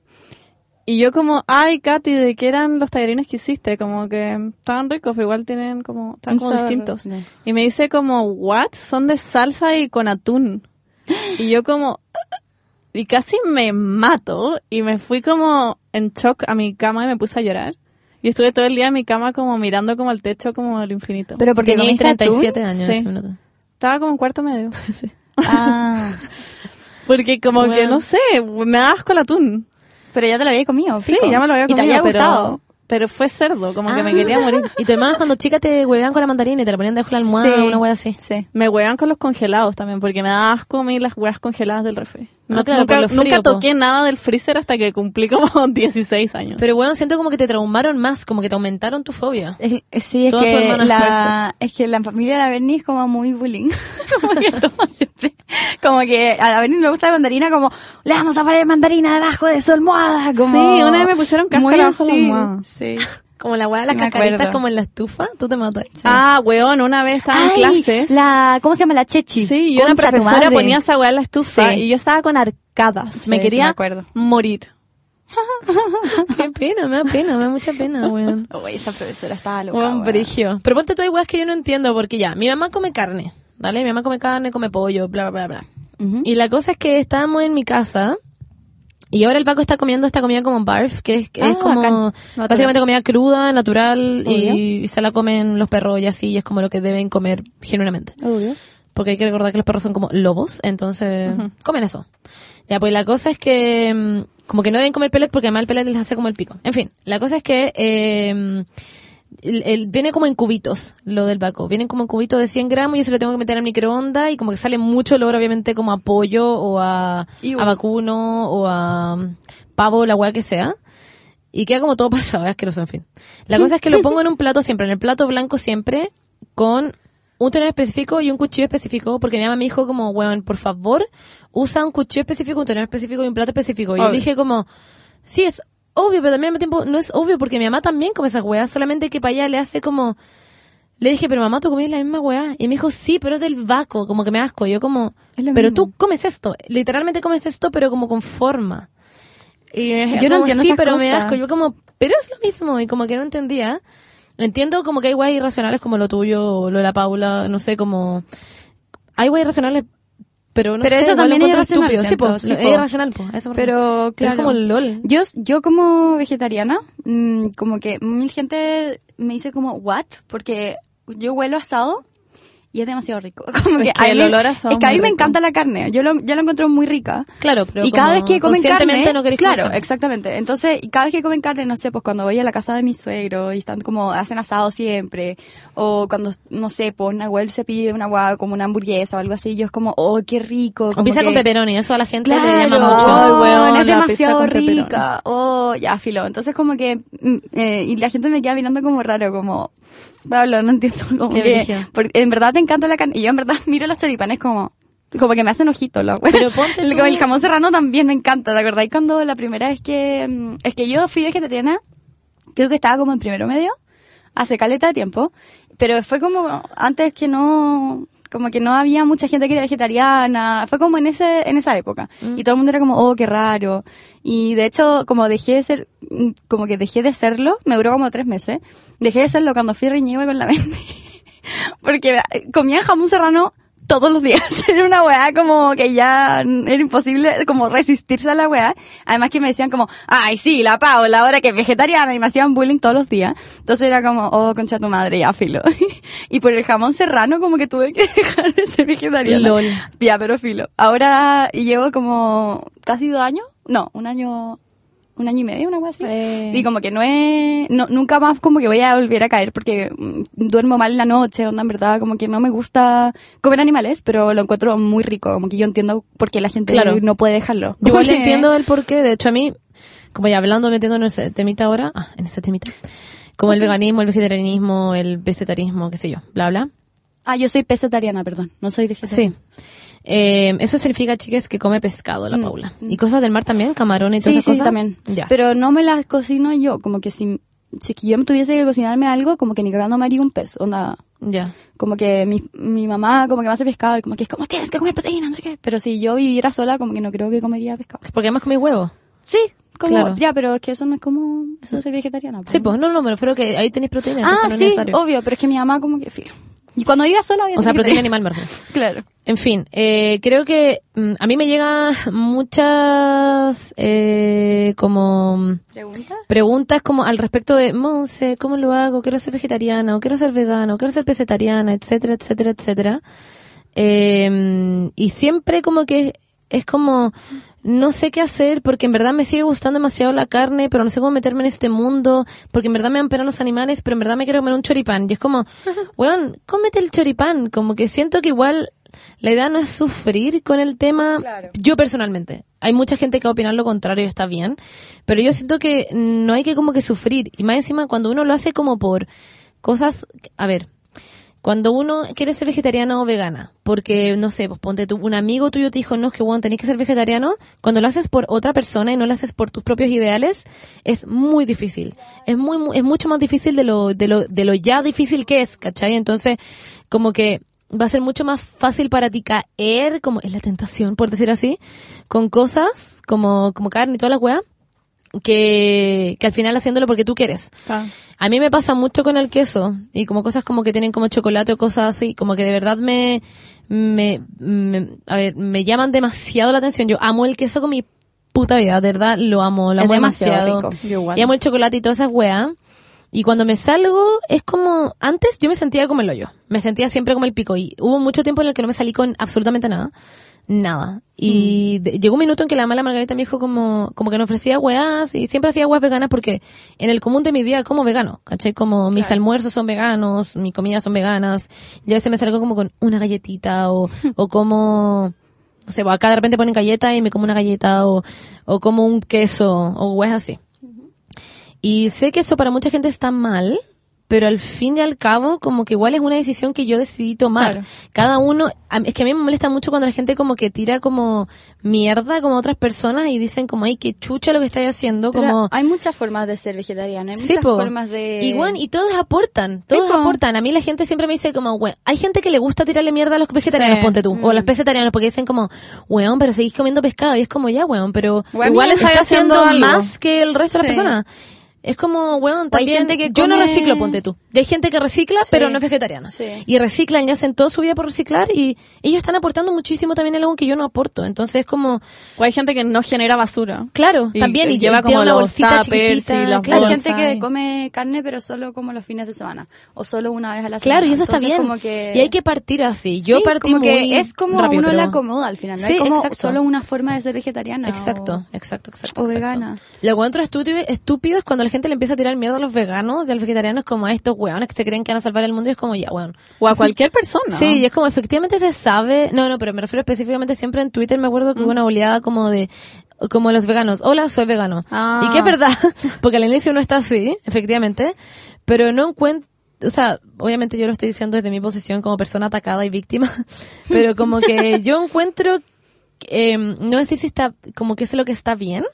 Y yo como, ay, Katy, ¿de qué eran los tallarines que hiciste? Como que mm, estaban ricos, pero igual tienen como, están
Un
como
sabor,
distintos.
ya.
Y me dice como, what? Son de salsa y con atún. Y yo como, y casi me mato y me fui como en shock a mi cama y me puse a llorar. Y estuve todo el día en mi cama como mirando como al techo, como al infinito.
Pero porque
Tenía
comiste
37
atún.
años en
Sí.
ese minuto.
Estaba como en cuarto medio.
Ah.
Porque como que,
Bueno.
no sé, me da asco el atún.
Pero ya te lo había comido.
Sí,
Oh, pico.
ya me lo había
Y te
comido,
había
pero-
gustado.
Pero, fue cerdo, como que me
Ah.
quería morir.
Y tu hermana cuando chica te huevean con la mandarina y te la ponían debajo de la almohada
Sí.
una wea así.
Sí.
Me huevan con los congelados también, porque me da asco a mí las huevas congeladas del refri.
Ah,
No-
claro,
nunca,
por lo
nunca
frío, po.
toqué nada del freezer hasta que cumplí como 16 años.
Pero bueno, siento como que te traumaron más, como que te aumentaron tu fobia.
Es- sí, es
Todas tus
que,
hermanas
la, es que la familia de la Berni es como muy bullying. como que toma siempre. Como que a la Berni le gusta la mandarina, como le vamos a poner mandarina debajo de su almohada. Como
Sí, una vez me pusieron cáscara
Muy
debajo de la
así,
almohada.
Sí.
Como la wea de
Sí,
las
me
cascaritas
acuerdo.
como en la estufa, tú te matas.
Ah, weón, una vez estaba en
Ay,
clases.
La, ¿Cómo se llama? La Chechi.
Sí, yo una
Concha tu
profesora
madre.
ponía esa weá en la estufa
Sí.
y yo estaba con arcadas.
Sí,
me
sí,
quería
me acuerdo.
morir.
Qué pena, me da pena, me da mucha
Ah,
pena, weón.
Uy, esa profesora estaba loca.
Weón,
weón.
brigio. Pero ponte tú hay weas que yo no entiendo porque ya, mi mamá come carne. ¿vale? Mi mamá come carne, come pollo, bla, bla, bla, bla.
Ujú.
Y la cosa es que estábamos en mi casa y ahora el Paco está comiendo esta comida como barf, que es, que es
Ah,
como
bacán.
básicamente comida cruda, natural
Obvio.
y se la comen los perros y así, y es como lo que deben comer genuinamente.
Obvio.
Porque hay que recordar que los perros son como lobos, entonces comen eso. Ya, pues la cosa es que mm, como que no deben comer pellets porque además el pellet les hace como el pico. En fin, la cosa es que eh, el- el- viene como en cubitos lo del baco. Vienen como en cubitos de 100 gramos y eso lo tengo que meter al microondas y como que sale mucho olor obviamente como a pollo o a,
Iu.
a vacuno o a mm, pavo, la weá que sea. Y queda como todo pasado, es asqueroso, en fin. La cosa es que lo pongo en un plato siempre, en el plato blanco siempre, con un tenedor específico y un cuchillo específico, porque mi mamá me dijo como, weón, por favor, usa un cuchillo específico, un tenedor específico y un plato específico. Y yo
Obvio.
dije como, sí, es obvio, pero también al mismo tiempo no es obvio, porque mi mamá también come esas weas, solamente que para allá le hace como... Le dije, pero mamá, tú comías la misma weá. Y me dijo, sí, pero es del vaco, como que me asco. Y yo como,
Es lo
pero
mismo.
tú comes esto, literalmente comes esto, pero como con forma.
Yo
Como,
no entiendo
sí,
esas
pero me
cosas.
asco. Yo como, pero es lo mismo. Y como que no entendía. Entiendo como que hay guays irracionales como lo tuyo, o lo de la Paula, no sé, como... Hay guays irracionales, pero no
Pero
sé,
eso
igual lo
también es
encuentro estúpido.
irracional,
Sí,
siento,
po,
sí,
lo-
po.
es irracional, po, a eso me refiero.
Pero
Pero
claro.
es como el LOL.
Yo, yo como vegetariana, mm, como que mil gente me dice como, ¿what? Porque yo huelo asado y es demasiado rico. Como
Es
que,
que
a
el
mí-
olor a asado
Es que a
es muy
mí me
rico.
encanta la carne. Yo lo, yo lo encuentro muy rica.
Claro, pero
y cada
como
vez que comen
conscientemente
carne,
no querés comer
claro,
carne.
exactamente. Entonces, y cada vez que comen carne, no sé, pues cuando voy a la casa de mi suegro y están como hacen asado siempre, o cuando no sé, pues Nahuel se pide una guagua como una hamburguesa o algo así, yo es como, oh, qué rico. como
Empieza con
que-
pepperoni, eso a la gente
Claro,
le llama mucho.
Ay, weón,
es
la
demasiado
pizza con
rica. Oh, ya, filo. Entonces como que... mm, eh, y la gente me queda mirando como raro, como... Pablo, no entiendo como
Qué
que-
brillo.
porque en verdad te encanta la carne. Y yo en verdad miro los choripanes como... Como que me hacen ojito, loco.
Pero ponte tú-
Como el jamón serrano también me encanta, ¿te acordáis? Cuando la primera vez que... mm, Es que yo fui vegetariana, creo que estaba como en primero medio, hace caleta de tiempo. Pero fue como antes que no... Como que no había mucha gente que era vegetariana. Fue como en ese en esa época. Y todo el mundo era como, oh, qué raro. Y de hecho, como dejé de ser... mm, Como que dejé de serlo. Me duró como tres meses. Dejé de serlo cuando fui reñida con la mente. Porque comía jamón serrano todos los días. Era una weá como que ya era imposible como resistirse a la weá. Además que me decían como, ay sí, la Paula, ahora que es vegetariana y me hacían bullying todos los días. Entonces era como, oh, concha tu madre, ya filo. y por el jamón serrano como que tuve que dejar de ser vegetariana.
Lol.
Ya, pero filo. Ahora llevo como casi dos años. No, un año, un año y medio, una weá así.
Eh.
Y como que no es, no, nunca más como que voy a volver a caer porque mm, duermo mal en la noche, onda, en verdad, como que no me gusta comer animales, pero lo encuentro muy rico, como que yo entiendo por qué la gente
Claro.
no puede dejarlo.
Yo igual
Como que-
entiendo el porqué. De hecho, a mí, como ya hablando, metiendo en ese temita ahora, ah, en ese temita, como el veganismo, el vegetarianismo, el vegetarismo, qué sé yo, bla, bla.
Ah, yo soy pesetariana, perdón, no soy vegetariana.
Sí. Eh, eso significa, chicas, que come pescado la
Mm,
Paula. Y cosas del mar también, camarones y todas
Sí,
esas
sí,
cosas.
también.
Ya.
Pero no me las cocino yo, como que si, si yo me tuviese que cocinarme algo, como que ni cagando me haría un pez, onda,
ya.
como que mi, mi mamá como que me hace pescado y como que es como tienes que comer proteína, no sé qué, pero si yo viviera sola, como que no creo que comería pescado.
Porque además comí huevo.
Sí, como,
Claro.
ya, pero es que eso no es como, eso es ser vegetariana. po.
Sí, pues no, no, me refiero que ahí tenéis proteína.
Mm. Ah,
entonces no es
sí,
necesario.
obvio, pero es que mi mamá como que filo. Y cuando iba sola voy a
O
ser
sea, proteína
vegetariana.
animal, me refiero.
Claro.
En fin, eh, creo que mm, a mí me llegan muchas eh, como
¿Pregunta?
preguntas como al respecto de Monse, ¿cómo lo hago? Quiero ser vegetariana, o quiero ser vegana, o quiero ser pesetariana, etcétera, etcétera, etcétera. Eh, y siempre como que es como no sé qué hacer porque en verdad me sigue gustando demasiado la carne, pero no sé cómo meterme en este mundo, porque en verdad me dan pena los animales, pero en verdad me quiero comer un choripán. Y es como, weón, cómete el choripán, como que siento que igual la idea no es sufrir con el tema,
Claro.
yo personalmente. Hay mucha gente que va a opinar lo contrario y está bien, pero yo siento que no hay que como que sufrir. Y más encima cuando uno lo hace como por cosas, a ver, cuando uno quiere ser vegetariana o vegana, porque, no sé, pues ponte tú, un amigo tuyo te dijo, no, es que bueno, tenés que ser vegetariano, cuando lo haces por otra persona y no lo haces por tus propios ideales, es muy difícil. Es muy, mu- es mucho más difícil de lo, de lo, de lo ya difícil que es, ¿cachai? Entonces, como que va a ser mucho más fácil para ti caer, como es la tentación, por decir así, con cosas como, como carne y toda la weá, que, que al final haciéndolo porque tú quieres.
Ah.
A mí me pasa mucho con el queso y como cosas como que tienen como chocolate o cosas así, como que de verdad me, me, me- a ver, me llaman demasiado la atención. Yo amo el queso con mi puta vida, de verdad lo amo, lo
Es
amo
demasiado
demasiado.
rico.
Yo igual.
Y amo el chocolate y todas esas weas. Y cuando me salgo, es como, antes yo me sentía como el hoyo. Me sentía siempre como el pico. Y hubo mucho tiempo en el que no me salí con absolutamente nada. Nada. Y de- llegó un minuto en que la mala Margarita me dijo como, como que no ofrecía weas y siempre hacía weas veganas porque en el común de mi día como vegano, ¿cachai? Como mis almuerzos son veganos, mi comida son veganas. Y a veces me salgo como con una galletita o, o como, no sé, acá de repente ponen galleta y me como una galleta o, o como un queso o weas así. Y sé que eso para mucha gente está mal, pero al fin y al cabo, como que igual es una decisión que yo decidí tomar.
Claro.
Cada uno, a mí- es que a mí me molesta mucho cuando la gente como que tira como mierda como a otras personas y dicen como, ay, qué chucha lo que estáis haciendo,
Pero
como...
hay muchas formas de ser vegetariano, hay
Sí,
muchas
po.
formas de...
Y bueno, y todos aportan, todos
po.
aportan. A mí la gente siempre me dice como, "Hue- hay gente que le gusta tirarle mierda a los vegetarianos,
Sí.
ponte tú, o a los pescetarianos, porque dicen como, weón, pero seguís comiendo pescado, y es como, ya, weón, pero
Weón,
igual
mira,
estás
está
haciendo,
haciendo algo.
más que el resto de
Sí.
las personas. Es como, weón, también,
gente que
yo no
come-
reciclo, ponte tú. Y hay gente que recicla,
Sí.
pero no es vegetariana.
Sí.
Y reciclan y hacen toda su vida por reciclar, y ellos están aportando muchísimo también en algo que yo no aporto. Entonces es como,
O hay gente que no genera basura.
claro,
Y-
también,
y
y
lleva
lleva
como
como una
los
bolsita
tuppers y
chiquitita,
las
claro.
bolsas.
Hay gente
bonsai.
que come carne, pero solo como los fines de semana. O solo una vez a la semana.
Claro, y eso está
Entonces,
bien.
como que-
Y hay que partir así. Yo
Sí,
partí
como que
muy
Es como
rápido,
uno
pero-
la acomoda al final. No
Sí,
hay como
exacto.
solo una forma de ser vegetariana.
Exacto, exacto, exacto. exacto.
o vegana.
Lo encuentro estúpido, estúpido es cuando la gente le empieza a tirar mierda a los veganos y a los vegetarianos como a estos weones que se creen que van a salvar el mundo y es como ya, weón.
O a cualquier persona.
Sí, y es como efectivamente se sabe, no, no, pero me refiero específicamente siempre en Twitter, me acuerdo que
Mm.
hubo una oleada como de, como los veganos, hola, soy vegano.
Ah.
Y que es verdad, porque al inicio no está así, efectivamente, pero no encuentro, o sea, obviamente yo lo estoy diciendo desde mi posición como persona atacada y víctima, pero como que yo encuentro eh, no sé si está, como que es lo que está bien,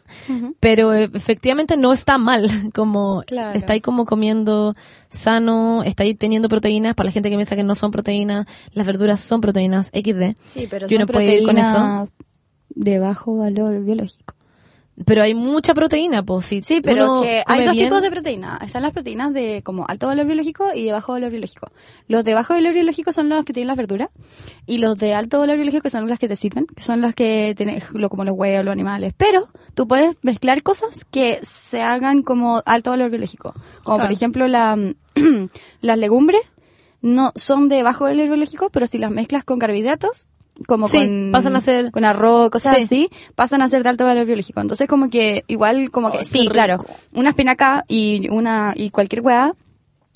pero eh, efectivamente no está mal, como
Claro.
está ahí como comiendo sano, está ahí teniendo proteínas, para la gente que piensa que no son proteínas, las verduras son proteínas, XD.
Sí, pero
Yo
son
no puedo ir con
proteínas de bajo valor biológico.
Pero hay mucha proteína, pues si
Sí, pero
uno
que hay
come
dos
bien-
tipos de proteínas. Están las proteínas de como alto valor biológico y de bajo valor biológico. Los de bajo valor biológico son los que tienen las verduras y los de alto valor biológico son las que te sirven, que son las que tienen lo, como los huevos, los animales. Pero tú puedes mezclar cosas que se hagan como alto valor biológico. Como por
Claro.
ejemplo la, las legumbres no son de bajo valor biológico, pero si las mezclas con carbohidratos como
Sí,
con,
pasan a ser-
con arroz, cosas
Sí.
así, pasan a ser de alto valor biológico. Entonces como que igual como que
Ay,
sí,
qué rico.
claro, una espinaca y una y cualquier hueá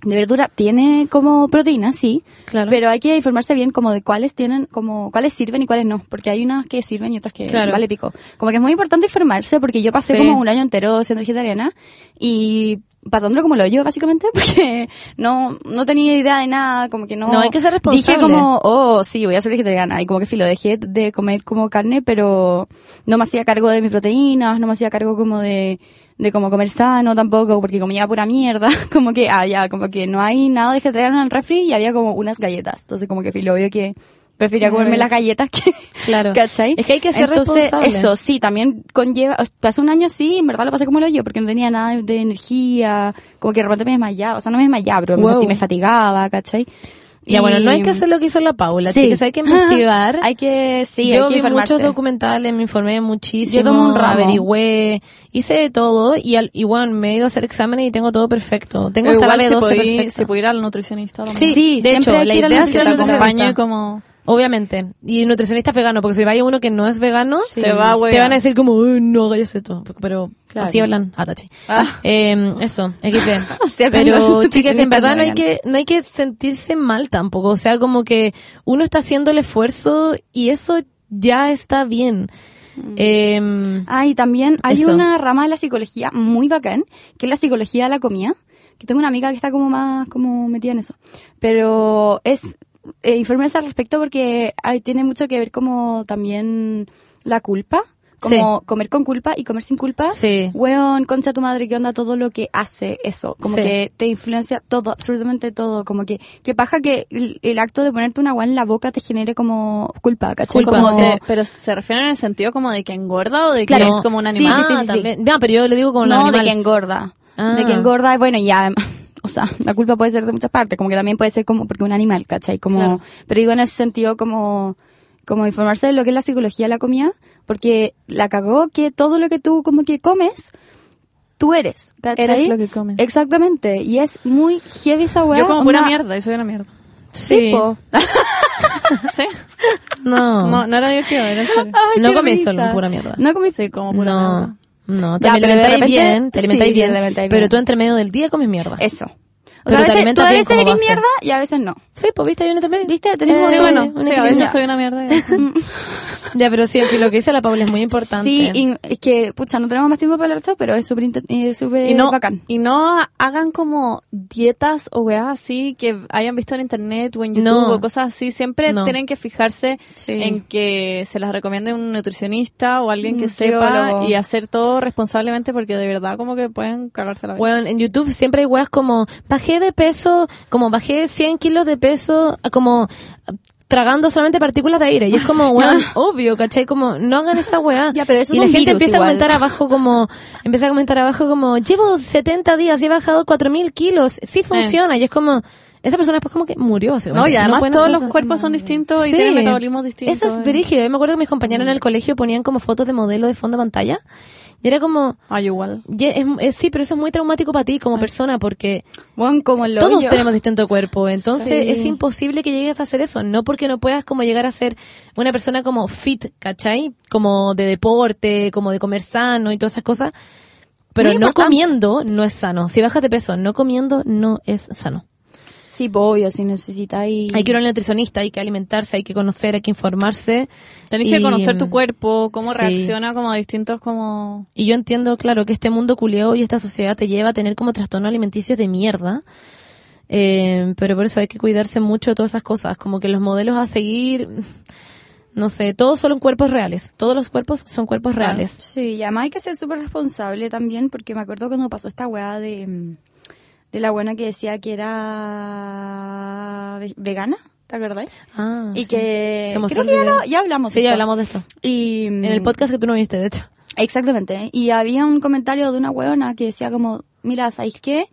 de verdura tiene como proteína, sí,
Claro.
pero hay que informarse bien como de cuáles tienen, como cuáles sirven y cuáles no, porque hay unas que sirven y otras que
Claro.
vale pico. Como que es muy importante informarse porque yo pasé
Sí.
como un año entero siendo vegetariana y pasándolo como lo yo básicamente porque no no tenía idea de nada, como que no
No, hay que ser
Dije
responsable.
como, oh, sí, voy a ser vegetariana. Y como que filo, dejé de comer como carne, pero no me hacía cargo de mis proteínas, no me hacía cargo como de, de como comer sano tampoco, porque comía pura mierda. Como que, ah, ya, como que no hay nada de vegetariano en el refri y había como unas galletas. Entonces como que filo, obvio que prefería comerme las galletas que...
Claro.
¿Cachai?
Es que hay que ser
Entonces,
responsable.
eso sí, también conlleva... o sea, Hace un año sí, en verdad lo pasé como lo yo, porque no tenía nada de energía, como que de repente me desmayaba, o sea, no me desmayaba, pero me
Wow.
sentí- me fatigaba, ¿cachai?
Ya, bueno, no hay que
Y-
hacer lo que hizo la Paula, chicas, hay que investigar.
hay que, sí,
yo
hay que
vi
informarse.
muchos documentales, me informé muchísimo,
Yo tomo un ramo.
averigüé, hice de todo y, al, y bueno, me he ido a hacer exámenes y tengo todo perfecto. Tengo
Pero
hasta la
igual si
B12
podí-
perfecta.
si pudiera ir al nutricionista también.
Sí,
Sí,
de
siempre
hecho,
hay
la
que ir al
idea es que
Que
la
te
nutricionista.
acompañe
acompañe
como...
Obviamente. Y nutricionista vegano, porque si vaya uno que no es vegano,
Sí.
te,
Te va a
te
huear.
van a decir como, "Uy, no hagas esto. Pero
Claro.
así hablan, atache.
Ah.
Eh, eso, XD.
Sí, al menos
Pero chicas,
los
en
nutricionistas
verdad
no
no hay,
veganos.
que, no hay que sentirse mal tampoco. O sea, como que uno está haciendo el esfuerzo y eso ya está bien. Eh,
Mm. Ah, y también hay
Eso.
una rama de la psicología muy bacán, que es la psicología de la comida, que tengo una amiga que está como más como metida en eso. Pero es, eh, informes al respecto porque ahí tiene mucho que ver como también la culpa, Como comer con culpa y comer sin culpa.
Sí.
Weón, concha tu madre, ¿qué onda todo lo que hace eso? Como
Sí.
que te influencia todo, absolutamente todo. Como que, que paja que el, el acto de ponerte una agua en la boca te genere como culpa, ¿cachai?
Culpa,
como,
sí.
pero se refieren en el sentido como de que engorda o de que
Claro.
es como un
Sí,
animal.
sí, sí, sí, sí.
también. No, pero yo le digo como
Ah, no,
los
de que
animales.
engorda.
Ah.
De que engorda, bueno, ya, o sea, la culpa puede ser de muchas partes, como que también puede ser como porque un animal, ¿cachai? Como,
Claro.
pero digo en ese sentido como, como informarse de lo que es la psicología de la comida, porque la cagó que todo lo que tú como que comes, tú eres, ¿cachai?
Eres lo que comes.
Exactamente, y es muy heavy esa weá.
Yo como pura
onda-
mierda, yo soy una mierda.
Sí, po.
¿Sí?
Oh.
No,
No,
no,
no era divertido, era en serio.
Ay,
No
qué
comí
risa.
solo, pura mierda.
No comí
Sí, como pura mierda.
no. te
Ya, pero de
alimentáis
repente-
bien, te alimentáis
sí, te
bien,
alimentáis
pero
bien.
tú entre medio del día comes mierda.
Eso. O
Pero
sea, a
te
veces, tú
alimentas
a
bien
veces
como
eres
base.
mierda y a veces no.
Sí, pues viste, hay un intermedio.
¿Viste? Tenemos
Sí,
un-
bueno, sí,
un
Eh, Sí, a
equilibrio.
veces soy una mierda. y-
Ya, pero sí, en fin, lo que dice la Paula es muy importante.
Sí, y es que, pucha, no tenemos más tiempo para hablar de esto, pero es súper inter- eh, súper
Y no,
bacán.
y no hagan como dietas o weas así que hayan visto en internet o en YouTube
No.
o cosas así. Siempre
No.
tienen que fijarse
Sí.
en que se las recomiende un nutricionista o alguien que
Un
sepa
nutriólogo.
y hacer todo responsablemente porque de verdad como que pueden cagarse la vida.
Weón, en YouTube siempre hay weas como, bajé de peso, como bajé 100 kilos de peso, como ah, tragando solamente partículas de aire. Y es como, weón, obvio, ¿cachai? Como, no hagan esa wea.
Ya, pero eso
y
es
la
un
gente
virus
empieza
igual.
a comentar abajo como, empieza a comentar abajo como, llevo 70 días y he bajado 4000 kilos, sí funciona. Y es como, esa persona después como que murió. según
Eh. no,
yo.
y además
pueden
todos
hacer
los
eso.
cuerpos son distintos y
Sí.
tienen metabolismos distintos. eh. Mm.
Eso es brígido. Yo me acuerdo que mis compañeros en el colegio ponían como fotos de modelo de fondo de pantalla. Y era como,
Ay, igual.
ya, es- es- sí, pero eso es muy traumático para ti como persona porque
Bueno, como Ah. lo
todos
yo.
tenemos distinto cuerpo. Entonces
Sí.
es imposible que llegues a hacer eso. No porque no puedas como llegar a ser una persona como fit, ¿cachai? Como de deporte, como de comer sano y todas esas cosas. Pero
Muy
no
importante.
comiendo no es sano. Si bajas de peso no comiendo no es sano.
Sí, pues, obvio, si necesitáis...
Hay que ir a un nutricionista, hay que alimentarse, hay que conocer, hay que informarse.
Tenés
Y,
que conocer
mm,
tu cuerpo, cómo
sí.
reacciona como a distintos como...
Y yo entiendo, claro, que este mundo culeo y esta sociedad te lleva a tener como trastornos alimenticios de mierda. Eh, pero por eso hay que cuidarse mucho de todas esas cosas. Como que los modelos a seguir, no sé, todos son cuerpos reales. Todos los cuerpos son cuerpos
Claro.
reales.
Sí, y además hay que ser súper responsable también, porque me acuerdo cuando pasó esta weá de, mm, de la buena que decía que era ve- vegana, ¿te acordás?
Ah,
y
sí.
que...
Se mostró
creo
el
que ya,
video.
lo- ya hablamos
Sí,
de
ya
esto. Mm.
hablamos de esto.
Y,
En el podcast que tú no viste, de hecho.
Exactamente. Y había un comentario de una huevona que decía como, mira, ¿sabéis qué?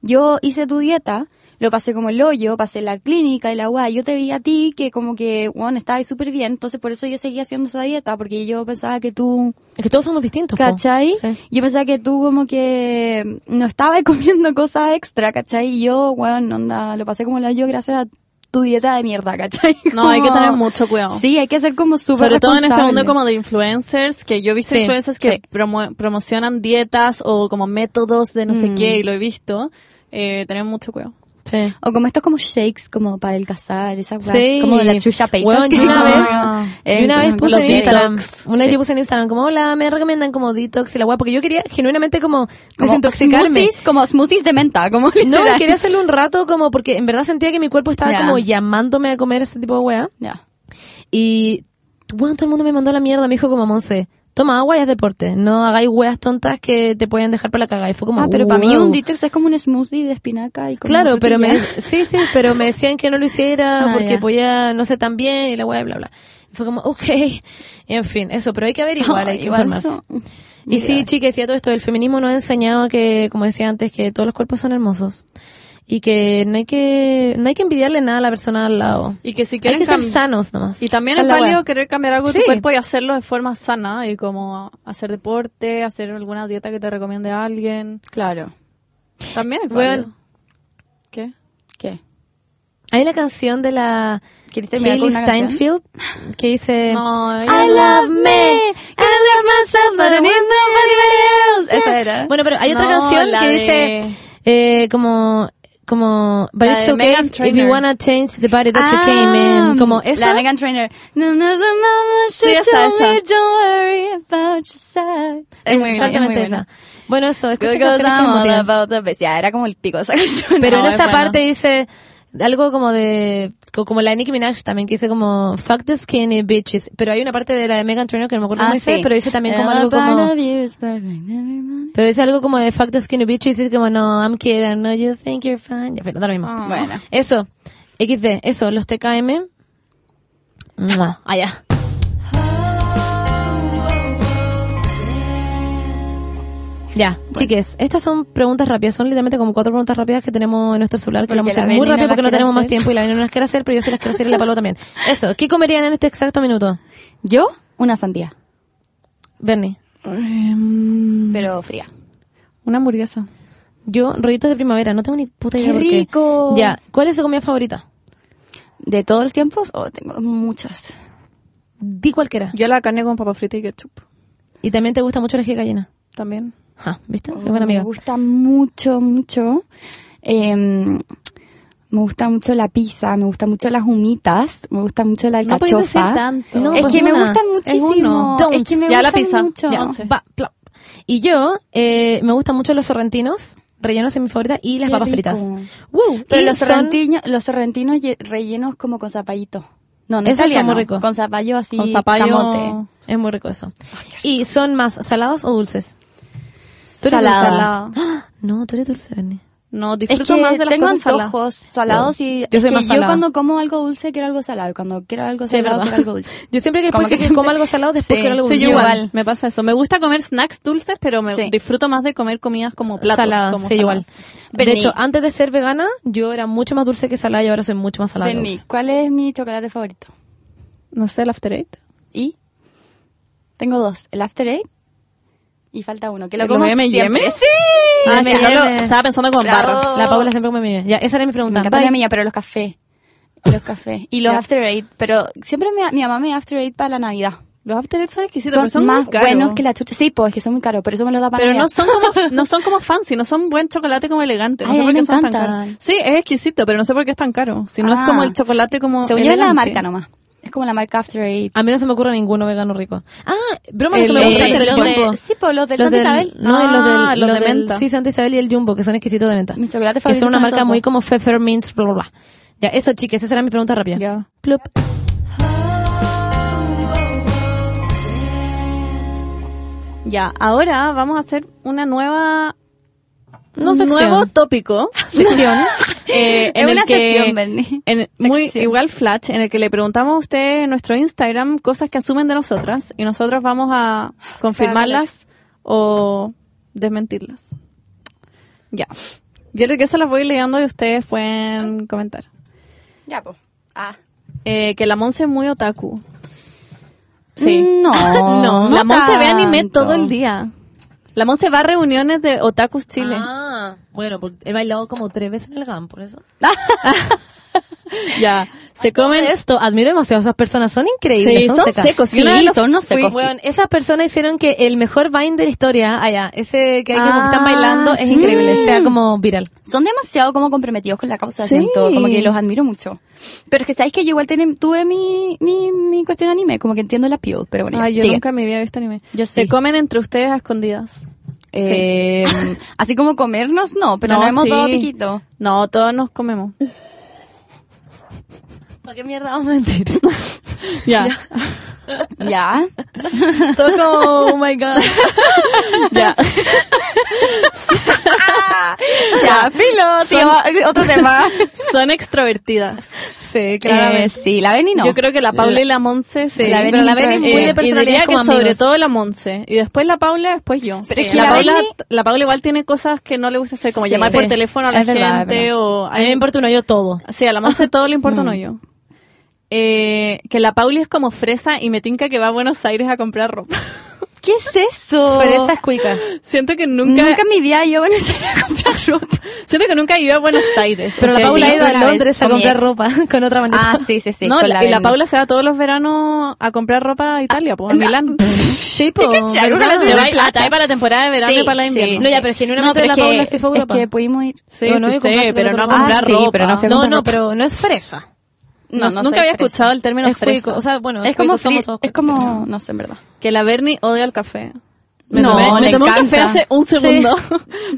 Yo hice tu dieta, lo pasé como el hoyo, pasé la clínica y la hueá. Yo te vi a ti que como que, bueno, estabas súper bien, entonces por eso yo seguía haciendo esta dieta, porque yo pensaba que tú,
Es que todos somos distintos. po.
¿cachai?
Sí.
Yo pensaba que tú como que no estabas comiendo cosas extra, ¿cachai? Y yo, bueno, onda, lo pasé como el hoyo gracias a tu dieta de mierda, ¿cachai?
No, hay que
Como-
tener mucho cuidado.
Sí, hay que ser como súper
Sobre todo en este mundo
responsable.
como de influencers, que yo he visto
Sí,
influencers que
sí.
promo- promocionan dietas o como métodos de no sé
Mm.
qué, y lo he visto, eh, tener mucho cuidado.
Sí.
O como estos como shakes, como para el cazar, esa weá,
Sí.
como de la chucha Patreon.
Weón, yo una vez,
Ah.
Eh,
yo una vez puse
los
en Instagram,
detox.
una vez yo puse en Instagram como, hola, me recomiendan como detox y la weá, porque yo quería genuinamente como, desintoxicarme.
Smoothies, como smoothies de menta, como
No,
literal.
quería hacerlo un rato como porque en verdad sentía que mi cuerpo estaba
Ya.
como llamándome a comer ese tipo de weá.
Ya.
Y, bueno, todo el mundo me mandó la mierda, me dijo como Monse, toma agua y haz deporte, no hagáis weas tontas que te pueden dejar por la cagada. Y fue como,
Ah, pero para mí
"Wow".
un detox es como un smoothie de espinaca y como
Claro, pero me,
frutilla.
sí, sí, pero me decían que no lo hiciera
Ah,
porque
ya.
podía, no sé, tan bien y la weá, bla, bla. Y fue como, ok, en fin, eso, pero hay que averiguar, hay que
Igual
informarse.
eso-
Y
Mira.
sí, chicas, y a todo esto, el feminismo nos ha enseñado que, como decía antes, que todos los cuerpos son hermosos. Y que no hay que, no hay que envidiarle nada a la persona al lado.
Y que si
Hay
quieren
que ser
cam-
sanos nomás.
Y también
Esa
es
es la
válido
wea.
querer cambiar algo de
Sí.
tu cuerpo y hacerlo de forma sana, y como hacer deporte, hacer alguna dieta que te recomiende alguien.
Claro.
También es
Bueno.
válido. ¿Qué?
¿Qué?
Hay una canción de la
¿Querés terminar con
Hailey
una canción?
Steinfeld que dice...
No,
I
ella-
love me, I love myself, but I need nobody else. Esa era.
Bueno, pero hay otra
No,
canción
la
que
de-
dice eh, como como but
La
it's
de
okay
Meghan
if, if
Trainor.
you wanna change the body that
Ah,
you came in como esa
La Megan Trainer. No, no, no, no, no,
Sí,
you
esa,
told
esa.
me don't worry about your size. Es muy buena, es muy
exactamente
buena.
esa bueno eso escucha
Because
canciones que
I'm
nos
all
motivan.
about the best. Ya, era como el pico esa canción.
pero
No,
en
es
esa
buena.
parte dice algo como de, co- como la de Nicki Minaj también, que dice como, fuck the skinny bitches. Pero hay una parte de la de Megan Trainor que no me acuerdo
Ah,
cómo dice,
sí.
pero dice también como
Era
algo como,
part of you is perfect, everybody.
pero dice algo como de fuck the skinny bitches, y es como, no, I'm kidding, no, you think you're fine. Ya, pero da lo mismo.
Bueno.
Eso, XD, eso, los TKM. Mua,
Ah,
allá. Ya, chiques, estas son preguntas rápidas, son literalmente como cuatro preguntas rápidas que tenemos en nuestro celular, que
Porque
lo vamos a
la
hacer muy
Beni no
rápido
las
porque no
quiere
tenemos más
hacer.
tiempo y la Beni no las quiere hacer, pero yo sí las quiero hacer y la Palo también. Eso, ¿qué comerían en este exacto minuto?
Yo, una sandía,
Bernie, Mm.
pero fría.
Una hamburguesa.
yo, rollitos de primavera, no tengo ni puta idea
¡Qué
por qué.
rico!
Ya, ¿cuál es su comida favorita?
¿De todos los tiempos? Oh, tengo muchas.
Di cualquiera.
Yo la carne con papa frita y ketchup.
Y también te gusta mucho la gallina.
También.
Ja, ¿viste? Soy
Oh,
buena amiga.
Me gusta mucho, mucho. Eh, me gusta mucho la pizza, me gusta mucho las humitas, me gusta mucho la
No podéis decir
alcachofa.
tanto.
No,
es
pues
que me
una.
gustan
Es uno.
muchísimo. Es,
Don't.
que me
Ya la
gustan
pizza.
mucho.
Ya.
No, pa- plop. Y yo, eh, me gustan mucho los sorrentinos, rellenos en mi favorita, y las
Qué
papas
rico.
fritas. ¡Wow!
Pero
Y
los
son-
sorrentinos, los sorrentinos ye- rellenos como con zapallito. No, no
Esos son
italiano,
muy ricos.
Con zapallo así,
Con zapallo.
camote.
Es muy rico eso. ¿Y son más saladas o dulces?
Tú eres
Salada.
ensalada.
¡Ah! No, tú eres dulce, Bernie.
No,
Es
disfruto
que
más de las
tengo
cosas saladas.
antojos salados y
Yo
es
soy
que
más
yo
salada.
cuando como algo dulce quiero algo salado y cuando quiero algo
Sí, es
salado
verdad.
quiero algo dulce.
Yo siempre que
Como
después que,
que siempre-
como algo salado, después
Sí,
quiero algo
Sí, yo
dulce.
igual. Me pasa eso. Me gusta comer snacks dulces, pero me
Sí.
disfruto más de comer comidas como platos.
Saladas,
como
sí, igual.
saladas.
De
Bernie.
hecho, antes de ser vegana, yo era mucho más dulce que salada y ahora soy mucho más salada. que
Benny,
dulce.
¿cuál es mi chocolate favorito?
No sé, el After Eight.
Y tengo dos, el After Eight y falta uno, que lo
¿El
como
M&M?
siempre. ¡Sí!
Ah,
me
que no lo-
viene.
estaba pensando con
Bravo.
barro.
La Paula siempre come mi Ya, esa era mi
Me
pregunta.
encanta
Bye.
la mía, pero los cafés. Los cafés. Y los
Ya.
After Eight. Pero siempre me- mi mamá me da After Eight para la Navidad.
Los After Eight son exquisitos,
son,
pero son
más
muy caros.
buenos que la chucha. Sí, pues es que son muy caros, pero eso me los da para
Pero
Navidad.
no son como no son como fancy, no son buen chocolate como elegante. No
Ay,
sé
a
por
mí
qué
me
son tan
encantan.
caros. Sí, es exquisito, pero no sé por qué es tan caro. Si no es
Ah.
como el chocolate como
Según yo es la
elegante.
marca nomás. Es como la marca After Eight.
A mí no se me ocurre ninguno vegano rico. Ah, broma,
El
los que me
de-
gustan
el
del
de-
Jumbo.
sí, pues los del
Los
Santa Isabel.
No,
Ah,
y los del,
los
los
de
del-
menta.
Sí, Santa Isabel y el Jumbo, que son exquisitos de menta.
Mi chocolate
Que
favorito
son una
son
marca
esos
muy
dos.
como Pfeffermints, bla, bla, bla. Ya, eso, chicas, esa era mi pregunta rápida.
Ya.
Plup.
Ya, ahora vamos a hacer una nueva
No
un
sección.
nuevo tópico.
Sección.
eh,
Es
en
una
el que,
sección, Bernie.
en- muy
Sección.
igual Flash, en el que le preguntamos a usted en nuestro Instagram cosas que asumen de nosotras y nosotros vamos a confirmarlas o desmentirlas. Ya. Yo creo que eso las voy leyendo y ustedes pueden comentar.
Ya, pues. Ah.
Eh, que la Monse es muy otaku.
No.
No, la Monse ve anime
tanto.
todo el día. La Monse va a reuniones de otakus Chile.
Ah, bueno, porque he bailado como tres veces en el GAM, por eso.
Ya. Se comen
Esto, admiro demasiado a esas personas, son increíbles.
Sí, son
secas.
secos,
Yo una
sí,
vez los
son unos
fui-
secos.
Weón, esas personas hicieron que el mejor Vine de la historia, allá, ese que hay como que están
Ah,
bailando, es
sí.
increíble, sea como viral.
Son demasiado como comprometidos con la causa,
Sí.
siento, como que los admiro mucho. Pero es que sabéis que yo igual tenem- tuve mi, mi, mi cuestión anime, como que entiendo la piel, pero bueno. ya.
Ay, yo
Sigue.
nunca me había visto anime.
Yo
Se
sí.
comen entre ustedes a escondidas.
Eh, Así como comernos, no, pero
No,
no, hemos
sí.
dado piquito.
No, todos nos comemos.
¿Para qué mierda vamos a mentir?
Ya.
Ya.
Todo como, oh my god.
ya.
ya, filo.
son-
va- otro tema.
Son extrovertidas.
Sí,
Eh,
claramente.
sí, la Beni no.
Yo creo que la Paula y la Monse sí.
la Beni
pero la
entra
Beni es
en-
muy de
eh,
personalidad.
y diría
como
que
sobre
amigos.
todo la Monse. Y después la Paula, después yo.
Pero es
Sí.
que
la,
la
Paula,
Beni-
la Paula igual tiene cosas que no le gusta hacer, como
Sí.
llamar por
Sí.
teléfono a la
Es verdad,
gente
es verdad.
o...
A mí me importa un hoyo todo.
Sí, a la Monse todo le importa un hoyo. Eh, que la Pauli es como fresa y me tinca que va a Buenos Aires a comprar ropa.
¿Qué es eso?
Fresa es cuica.
Siento que
Nunca,
nunca...
en mi vida yo bueno, salí a comprar ropa.
Siento que nunca he ido a Buenos Aires.
Pero
O sea,
la Paula
sí,
ha ido
fue
a
una
Londres a
vez con mi
comprar
ex.
ropa con otra manera.
Ah, sí, sí, sí.
no,
con
la- y la
Beni.
Paula se va todos los veranos a comprar ropa a Italia, pues, a Milán. Oh,
sí, po,
cachai, una
¿verdad?
vez
Te
de
va a
plata.
te va para la temporada de verano y para la de invierno.
No, ya, pero genuinamente
pero
la
es que-
Paula sí fue a Europa.
Es que pudimos ir.
Sí,
Pero no
sí,
voy a comprar
sé,
chocolate
pero no a
ropa.
comprar
Ah, sí,
ropa.
pero no fui a
No,
comprar
no,
ropa.
pero no es fresa.
No, no soy
nunca había
fresa.
escuchado el término
es
fresa.
cuico. O sea, bueno,
Es como,
cuico somos
fri-
todos
es como, no sé, en verdad.
que la Bernie odia el café. Me
No,
tomé, me
le
tomé un
encanta.
café hace un
Sí.
segundo.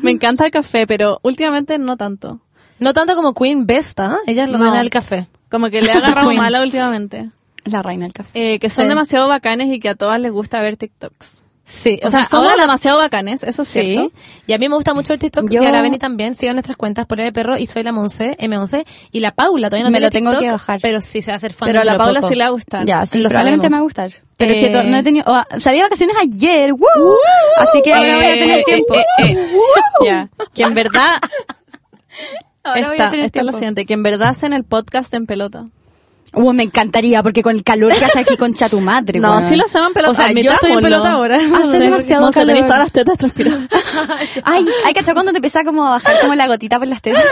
me encanta el café, pero últimamente no tanto.
cuicos. No tanto como Queen Vesta, ella es la
No.
reina del café.
Como que le ha agarrado
Queen.
mala últimamente.
La reina del café.
Eh, que son
Sí.
demasiado bacanes y que a todas les gusta ver TikToks.
Sí,
O, sea, somos
ahora la
demasiado bacanes, eso es
Sí,
cierto.
y a mí me gusta mucho el TikTok
Yo-
y a la Beni también. Sigan nuestras cuentas por el perro y soy la Monse, M11 y la Paula todavía no
Me
tiene
lo tengo
TikTok,
que bajar.
Pero sí se va a hacer fan.
Pero a la
dentro de
Paula
poco.
sí le va a gustar.
Ya, sí,
lo
probablemente
sabemos.
me va a gustar. Pero es que to-
Eh,
no he tenido... oh, salí de vacaciones ayer, ¡wow! Así que ahora voy a
Eh,
tener tiempo.
eh, eh, eh. Ya. Que en verdad,
Ahora voy a
está,
tener
está lo
tiempo.
siguiente, que en verdad hacen el podcast en pelota.
Wow, Uh, me encantaría, porque con el calor que hace aquí concha tu madre,
No,
weón.
sí lo hacemos en pelota.
O sea, yo
admitámoslo.
estoy en pelota ahora.
Hace demasiado
Monse, tenéis
calor.
todas las tetas transpiradas.
Ay, hay que cuando te empieza como a bajar como la gotita por las tetas.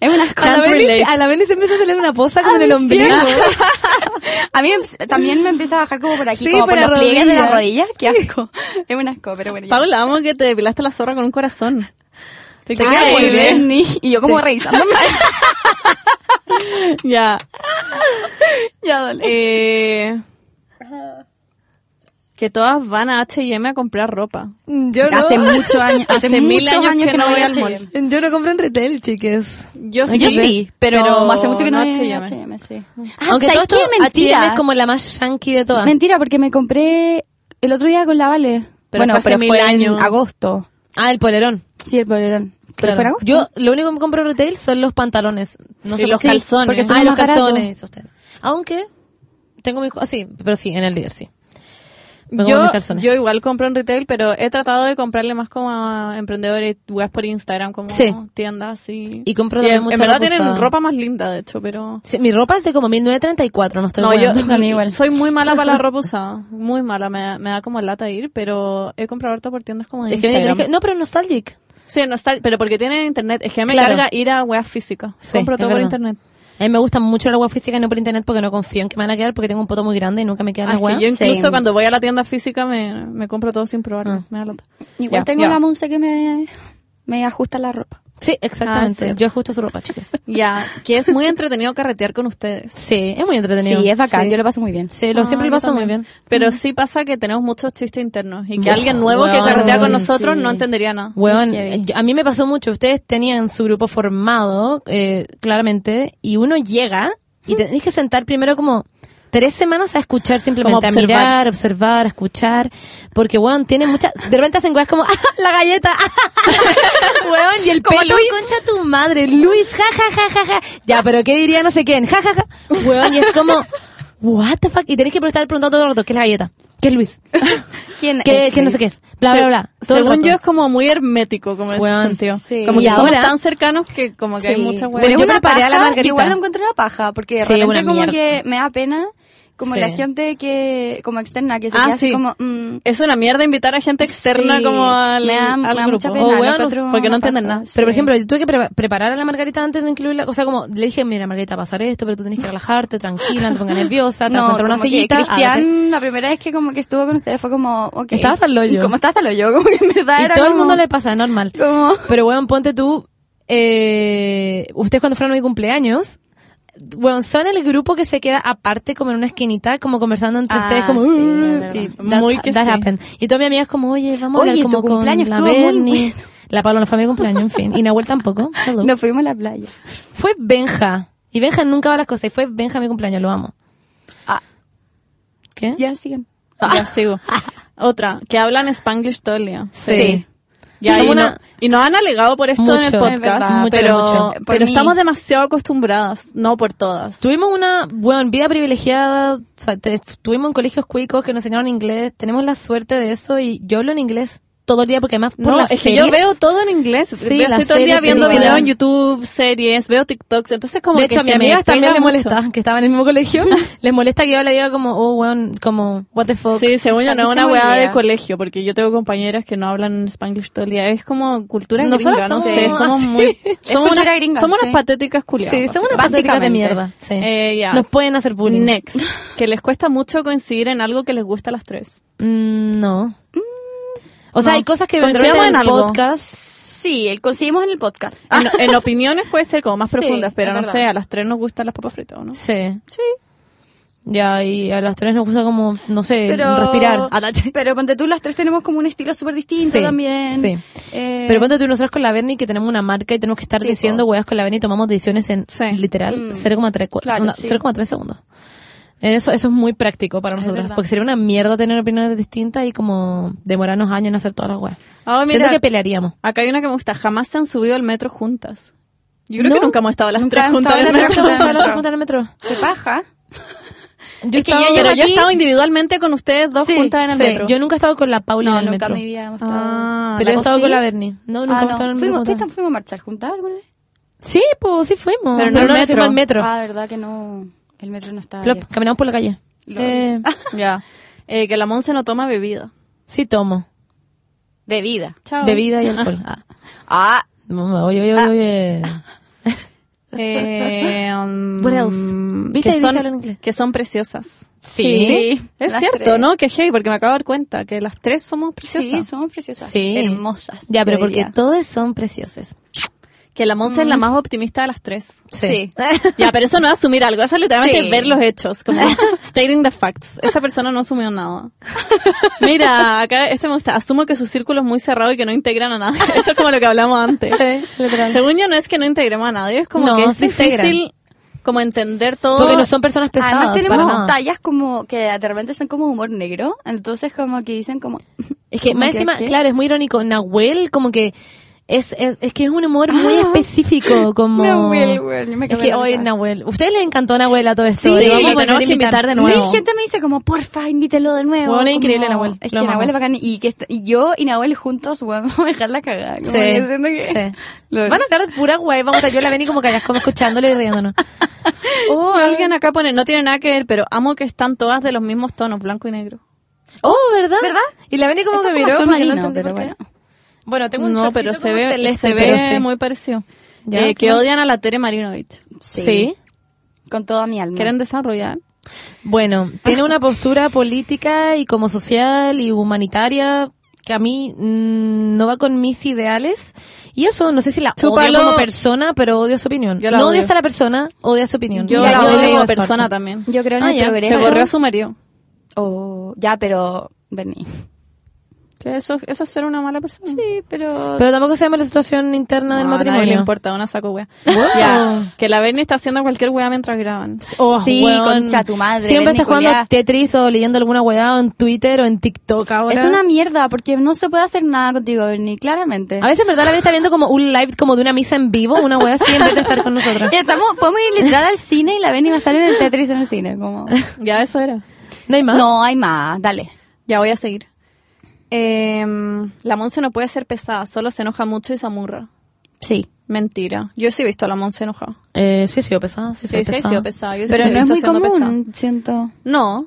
Es una
A la
cosa.
Beni- A la Beni se empieza a hacerle una posa como en el
Ah,
sí.
ombligo.
A mí me- también me empieza a bajar como por aquí,
Sí,
como por,
por la
los pliegues de las
rodilla.
rodillas. Qué asco. Es un asco, pero bueno. ya.
Paula, amo que te depilaste la zorra con un corazón. Te
Ay,
queda muy bien.
Bernie. Y yo como revisando.
Ya.
ya, dale.
Eh, que todas van a H&M a comprar ropa.
Yo no.
Hace muchos años, hace, mil años, que no voy al mall.
Yo no compro en retail, chiques.
Yo
Yo sí, pero, hace mucho que no
a
voy a
H&M.
H&M, sí.
Aunque todo esto
es mentira.
H&M es como la más yankee de todas.
Mentira, porque me compré el otro día con la Vale.
Pero
bueno,
fue hace
pero
mil
fue
años.
en agosto.
Ah, el polerón.
Sí, el polerón. Pero
Claro.
fue en agosto.
Yo lo único que me compro en retail son los pantalones. No
Y
sé
los
por-
calzones.
Porque son
Ah,
los
más barato.
calzones. sostén. Aunque tengo mis... ah, sí, pero sí, en el líder, sí. Me compro mis
Yo,
calzones.
yo igual compro en retail, pero he tratado de comprarle más como a emprendedores, weas por Instagram, como
Sí.
tiendas y...
Y compro
en,
también
en
mucha
verdad
ropa
tienen
usada.
ropa más linda, de hecho, pero...
Sí, mi ropa es de como 1934, no estoy
No, yo
hueando.
a mí igual.
soy muy mala para la ropa usada, muy mala, me, da- me da como lata ir, pero he comprado harto por tiendas como de
Es que venía
Instagram.
que- No, pero nostalgic.
Sí, no está, pero porque tienen internet, es que me
Claro.
carga ir a weas físicas,
Sí,
compro
es
todo por
verdad.
internet.
A mí me gusta mucho la web física y no por internet porque no confío en que me van a quedar porque tengo un poto muy grande y nunca me quedan
Ah, es
las
que
weas.
yo incluso
same.
cuando voy a la tienda física me, me compro todo sin probarlo,
Ah.
me da lata.
Igual
Ya,
tengo
ya.
la Monse que me, me ajusta la ropa.
Sí, exactamente.
Ah, sí.
yo ajusto su ropa, chicas.
Ya, que es muy entretenido carretear con ustedes.
Sí, es muy entretenido.
Sí, es bacán, yo lo paso muy bien.
Sí, lo
Ah,
siempre
yo
lo paso muy
también.
bien.
Pero sí pasa que tenemos muchos chistes internos y que
Buah,
alguien nuevo que
weón,
carretea con
sí.
nosotros no entendería nada.
Weón,
Muy heavy.
yo- a mí me pasó mucho. Ustedes tenían su grupo formado, eh, claramente, y uno llega y tenés que sentar primero como tres semanas a escuchar simplemente,
Como
a
observar.
mirar, observar, a escuchar, porque weón, tienen muchas, de repente hacen weas como, ¡ah, la galleta! weón, y el
Como
pelo,
Luis.
concha tu madre, Luis, ja, ja, ja, ja, ja. Ya, pero ¿qué diría no sé quién? Ja, ja, ja. Weón, y es como, what the fuck, y tenés que estar preguntando todo el rato, ¿qué es la galleta? ¿Qué es Luis?
¿Quién
¿Qué,
es?
qué no sé qué es? Bla, bla,
Se-
bla. Todo el
Según
rato.
yo es como muy hermético, como en
Weón,
ese sentido.
sí.
Como
Y
que somos
ahora-
tan cercanos que como que hay muchas
Pero
weas.
yo
Pero una
preparé a
paja,
la margarita.
igual lo encuentro una paja, porque de
Sí,
repente
una
como
mierda.
que me da pena, como
Sí.
la gente que, como externa, que se
Ah,
queda así
sí.
como, mm,
Es una mierda invitar a gente externa
Sí.
como al,
Me da-
al
me da
grupo.
mucha pena,
O
lo
weón,
encuentro
porque no
una
entienden
paja.
nada.
Pero, por
Sí.
ejemplo, yo tuve que pre- preparar a la Margarita antes de incluirla. O sea, como le dije, mira, Margarita, va a pasar esto, pero tú tenés que relajarte, tranquila, no te pongas nerviosa, te vas a sentar en una
como que
sillita. hágate.
Cristian, la primera vez que como que estuvo con ustedes fue como, ok.
Estaba hasta el hoyo.
Como estaba hasta el hoyo, como que en verdad
Y
era
todo el
como-
mundo le pasa, es normal.
como-
Pero, weón, ponte tú. Eh, ustedes cuando fueron a mi cumpleaños, weón, son el grupo que se queda aparte, como en una esquinita, como conversando entre
Ah,
ustedes, como.
sí,
"Uh",
es
y
verdad.
that's-
Muy que
that
sí.
happened. Y toda mi amiga es como, oye, vamos a
Oye,
hablar como
tu
con
cumpleaños
la
estuvo muy
Berni".
bueno.
La Paula no fue a mi cumpleaños, en fin. Y Nahuel tampoco. Hello.
Nos fuimos a la playa.
Fue Benja. Y Benja nunca va a las cosas. Y fue Benja a mi cumpleaños, lo amo.
Ah,
¿Qué?
ya siguen.
Ya sigo. Otra, que hablan spanglish todo el día.
Sí.
Ya, y,
Somos
no,
una-
y nos han alegado por esto en el
Mucho.
podcast,
Es verdad, Mucho,
pero,
mucho.
Por
pero
mí.
estamos demasiado acostumbradas, no por todas.
Tuvimos una buena vida privilegiada. O sea, te- estuvimos en colegios cuicos que nos enseñaron inglés. Tenemos la suerte de eso. Y yo hablo en inglés todo el día porque además por
no,
las
es que yo
series-
veo todo en inglés. Veo-
las
estoy todo el día
series,
viendo
películas.
videos en YouTube, series, veo TikToks, entonces como
De
que
hecho, a
se
mi
me
amiga
pega
también le
mucho.
molesta, que estaba en el mismo colegio. les molesta que yo le diga como, oh, weón, como, what the fuck.
Sí, según yo
A
no es
mí se
una
me
weá de
olvida.
colegio, porque yo tengo compañeras que no hablan spanglish todo el día. Es como cultura gringa,
Nosotras
no
somos
sé, somos
así.
muy... Somos,
cultura
unas-
gringa,
somos
sí.
unas patéticas culiadas.
Sí, somos unas
Básicamente.
patéticas de mierda. Sí.
Eh, ya.
Nos pueden hacer bullying.
Next, que les cuesta mucho coincidir en algo que les gusta a las tres.
Mm, no. O sea,
No.
hay cosas que
Coincidamos
eventualmente
en
en el
algo.
podcast
Sí, el conseguimos en el podcast.
En, en opiniones puede ser como más
Sí,
profundas, pero
es
no
verdad.
sé, a las tres nos gustan las papas fritas, ¿o ¿no?
Sí.
Sí.
Ya, y a las tres nos gusta como, no sé, respirar.
eh,
Atache.
Pero ponte tú, las tres tenemos como un estilo súper distinto
Sí,
también.
sí.
Eh,
Pero ponte tú, nosotros con la Bernie que tenemos una marca y tenemos que estar diciendo weas con la Bernie y tomamos decisiones en
Sí.
literal
Mm.
0,3 cua-
Claro,
onda,
sí.
0,3 segundos. Eso, eso es muy práctico para nosotros,
verdad.
porque sería una mierda tener opiniones distintas y como demorarnos años en hacer todas las weas.
Ah, mira.
Siento que pelearíamos.
Acá hay una que me gusta. Jamás se han subido al metro juntas. Yo creo
No,
que nunca hemos estado las
nunca
tres
hemos
juntas
estado
en el
las tres
metro.
juntas.
Juntas, juntas, juntas en el metro.
¿Qué paja?
Yo
Es que
he estado-
yo
Pero
llego
yo he
aquí-
estado individualmente con ustedes dos
Sí,
juntas en el
sí.
metro.
Yo nunca he estado con la Paula
No,
en el
nunca en
metro.
mi vida hemos estado.
Ah,
Pero
¿La
he estado
Cosi?
con la Bernie. No, nunca
Ah,
hemos estado en el
¿Fuimos,
metro.
¿fuimos, fuimos a marchar juntas alguna vez?
Sí, pues sí fuimos.
Pero no
Pero
al
no nos
metro.
fuimos al metro.
Ah, verdad que no. El metro no estaba.
Plop,
abierto.
caminamos por la calle.
Lol.
Eh, ya. Eh, que la Monse no toma bebida.
Sí tomo.
De vida.
Chao.
Bebida y alcohol. Ah.
Ah,
Mamá, Oye, oye, oye, oye.
Eh, um,
What else? ¿Viste?
Que
Dije hablar en inglés.
son, que son preciosas.
Sí.
Es
Las
cierto,
tres.
¿no? Que hey, porque me acabo de dar cuenta que las tres somos preciosas.
Sí, somos preciosas.
Sí.
Hermosas.
Ya, pero
yo
porque
diría.
todas son preciosas.
Que la Monse
Mm.
es la más optimista de las tres.
Sí.
Ya, pero eso no es asumir algo, eso es literalmente
Sí.
ver los hechos, como stating the facts. Esta persona no asumió nada. Mira, acá este me gusta. Asumo que su círculo es muy cerrado y que no integran a nadie. Eso es como lo que hablamos antes.
Sí, literal.
Según yo, no es que no integremos a nadie, es como
No,
que es
se integran.
difícil como entender todo.
Porque no son personas pesadas.
Además
para
tenemos
nada.
tallas como que de repente son como humor negro, entonces como que dicen como...
Es que
como
más encima,
¿qué?
claro, es muy irónico. Nahuel, como que. Es, es, es que es un humor muy específico, como...
Nahuel, güey, me
Es
cago
que
en la
hoy
risa.
Nahuel... Ustedes les encantó Nahuel a todo esto.
Sí,
Digo,
lo
vamos a volver a
tenemos que invitar de nuevo.
Sí, gente me dice como, porfa, invítelo de nuevo.
Huevón, es
como-
increíble, Nahuel.
Es
Lo
que Nahuel
amamos.
es bacán. Y, que est- y yo y Nahuel juntos, weón, vamos a dejar la cagada. Como
Sí,
que siento que...
sí.
Lo-
Van a hablar de pura guay, vamos a estar yo y la vení como callas, como escuchándolo y riéndonos.
Oh, alguien acá pone, no tiene nada que ver, pero amo que están todas de los mismos tonos, blanco y negro.
Oh, ¿verdad?
¿Verdad?
Y la Beni como
Esto
que
es como
miró
azul
porque no
marino,
entendí
pero
por qué.
bueno.
Bueno, tengo un
No, pero
shortcito
se
como
ve,
celeste,
se
pero
ve
sí.
muy parecido.
Ya,
Eh, que
¿no?
odian a la Tere Marinovich.
Sí.
Con toda mi alma.
¿Quieren desarrollar?
Bueno, tiene una postura política y como social y humanitaria que a mí mm, no va con mis ideales. Y eso, no sé si la
Chúpalo.
odio como persona, pero odio su opinión.
Yo la
no
odio.
odias a la persona, odias su opinión.
Yo
Y
la
yo
odio
odio
como
a su
persona
arte.
también.
Yo creo en
Ah,
el
ya, se
progreso.
Se borró su marido.
O- ya, pero... Vení.
Que eso, eso es ser una mala persona.
Sí, pero...
Pero tampoco se llama la situación interna del
No, a nadie le
matrimonio.
importa, una saco wea. Ya, que la Bernie está haciendo cualquier wea mientras graban.
Oh,
Sí,
weón.
concha tu madre,
Siempre
Berni
estás jugando
culiá.
Tetris o leyendo alguna weá o en Twitter o en TikTok ahora.
Es una mierda, porque no se puede hacer nada contigo, Bernie, claramente.
A veces, en verdad, la vez está viendo como un live como de una misa en vivo, una weá así, en vez de estar con nosotros.
Eh,
Ya estamos, podemos ir literal al cine y la Benny va a estar en el Tetris en el cine. Como...
Ya, eso era.
No hay más.
No, hay más, dale.
Ya voy a seguir. Em, la Monse no puede ser pesada, solo se enoja mucho y se amurra.
Sí.
Mentira. Yo sí he visto a la Monse enojada.
Eh, sí, ha sido pesado. Sí,
Sí, sí, he sido pesada. Yo sí
Pero
te he
no es
visto
muy
siendo pesada.
común, siento.
No.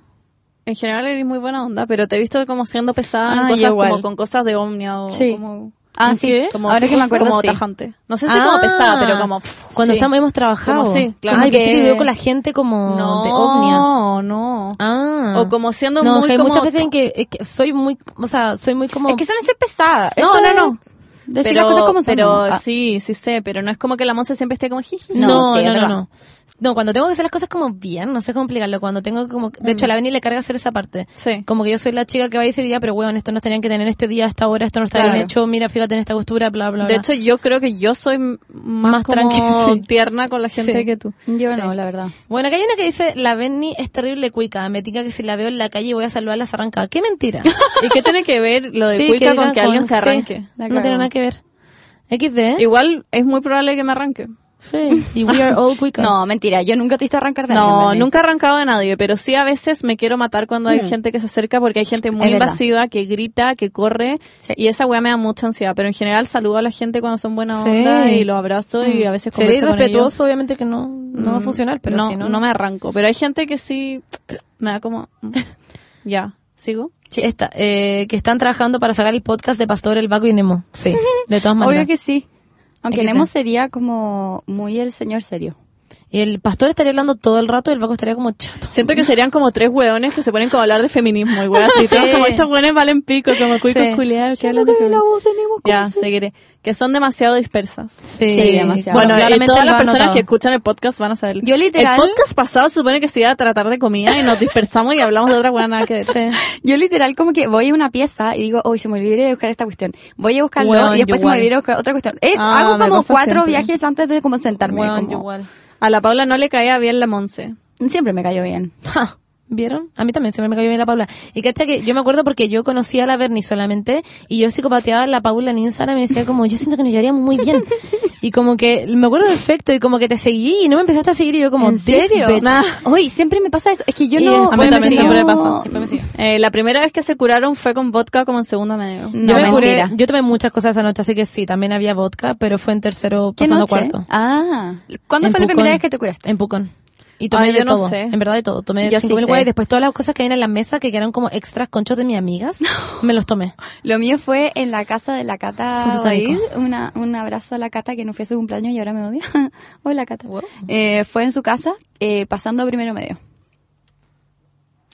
En general eres muy buena onda, pero te he visto como siendo pesada en
Ah,
cosas
yo igual.
como con cosas de omnia o
Sí.
como...
Ah, sí.
¿Qué? Como-
Ahora que me acuerdo,
Como
sí. Ah.
tajante. No sé si como pesada, pero como... pff,
Ah, Cuando
sí.
estamos, hemos trabajado.
Como sí, claro.
Ay,
Como
pensé
que-
que vivió con la gente como
No,
de ovnia.
no.
Ah.
O como siendo
no,
muy
que hay
como-
muchas veces en que, es que soy muy, o sea, soy muy como...
Es que eso no es ser pesada.
No,
eso
no,
es
no.
Decir
pero
las cosas como son.
pero
¿no? Ah,
sí, sí sé, pero no es como que la Monse siempre esté como... jiji.
No,
No,
no,
sí, es
no, no,
verdad.
No, cuando tengo que hacer las cosas como bien, no sé cómo explicarlo. Cuando tengo que como... De hecho, a la Beni le carga hacer esa parte.
Mm. Sí.
Como que yo soy la chica que va a decir, ya, pero weón, esto nos tenían que tener este día, a esta hora, esto no está
Claro.
bien hecho, mira, fíjate en esta costura, bla, bla,
De
bla.
hecho, yo creo que yo soy m- más,
Más
como
tranqui- sí.
tierna con la gente
Sí.
que tú.
Yo
Sí.
no, la verdad.
Bueno, acá hay una que dice, la Benny es terrible cuica, me tinca que si la veo en la calle voy a saludarla, se arranca. ¡Qué mentira!
¿Y qué tiene que ver lo de
Sí,
Cuica con
digan
que alguien se
sí,
arranque?
La
no tiene
cagó.
nada que ver. XD.
Igual es muy probable que me arranque.
Sí. Y we are all cuicas.
No, mentira, yo nunca te he visto arrancar de alguien,
No,
Bernie.
nunca he arrancado de nadie, pero sí a veces me quiero matar cuando
Mm.
hay gente que se acerca porque hay gente muy
Es verdad.
invasiva que grita, que corre
Sí.
y esa weá me da mucha ansiedad. Pero en general saludo a la gente cuando son buena
Sí. Mm.
onda y los abrazo y a veces
Sería
converso con
irrespetuoso, obviamente que no, no va a
Mm,
funcionar, pero
no,
si no...
no me arranco. Pero hay gente que sí me da como... ya, ¿sigo?
Esta, eh, que están trabajando para sacar el podcast de Pastor, El Vaco y Nemo. Sí, de todas maneras.
Obvio que sí. Aunque
Aquí está.
Nemo sería como muy el señor serio.
El pastor estaría hablando todo el rato y el vaco estaría como chato.
Siento que serían como tres hueones que se ponen como a hablar de feminismo y weas así.
Sí.
Todos como estos hueones valen pico, como cuicos
Sí.
culiados que hablan de feminismo. Ya, seguiré. Que son demasiado dispersas.
Sí,
Sí, demasiado.
Bueno,
Bueno,
eh,
claramente
todas
lo
las
ha
personas
notado.
que escuchan el podcast van a saber.
Yo literal-
El podcast pasado se supone que se iba a tratar de comida y nos dispersamos y hablamos de otra hueá nada que ver.
Sí.
Yo literal como que voy a una pieza y digo, uy, se me olvidó ir a buscar esta cuestión. Voy a buscarlo
Weón,
y después
yo
se me olvidó
igual.
ir a buscar otra cuestión. Eh,
Ah,
hago
me
como
pasa
cuatro
siempre.
viajes antes de como sentarme.
Weón,
como-
yo igual.
A la Paula no le caía bien la Monse.
Siempre me cayó bien.
Ja, ¿Vieron? A mí también siempre me cayó bien la Paula. Y cacha que yo me acuerdo porque yo conocía a la Bernie solamente y yo psicopateaba a la Paula en Instagram y me decía como, yo siento que nos llevaríamos muy bien. Y como que me acuerdo perfecto y como que te seguí y no me empezaste a seguir y yo como,
¿En
"This
serio?
bitch".
Nah.
Uy, siempre me pasa eso. Es que yo
Y
no...
después
A
Pues
mí
me
también
siguió.
siempre me
no-
pasa. Eh, la primera vez que se curaron fue con vodka como en segundo medio.
Yo,
No,
me curé-
mentira.
yo tomé muchas cosas esa noche, así que sí, también había vodka, pero fue en tercero,
¿Qué
pasando
noche?
cuarto.
Ah. ¿Cuándo
En
fue la primera
Pucón.
vez que te curaste? Ah,
En Pucón. Y tomé
Ay,
de
yo no
todo.
sé.
En verdad de todo. Tomé
Yo
de
sí
5000
sé.
guay. Después todas las cosas que habían en la mesa que quedaron como extras conchos de mis amigas, me los tomé.
Lo mío fue en la casa de la
Fue
Cata
satánico.
Obaid. Una, un abrazo a la Cata que no fue a su cumpleaños y ahora me odia. Hola Cata.
Wow.
Eh, fue en su casa eh, pasando primero medio.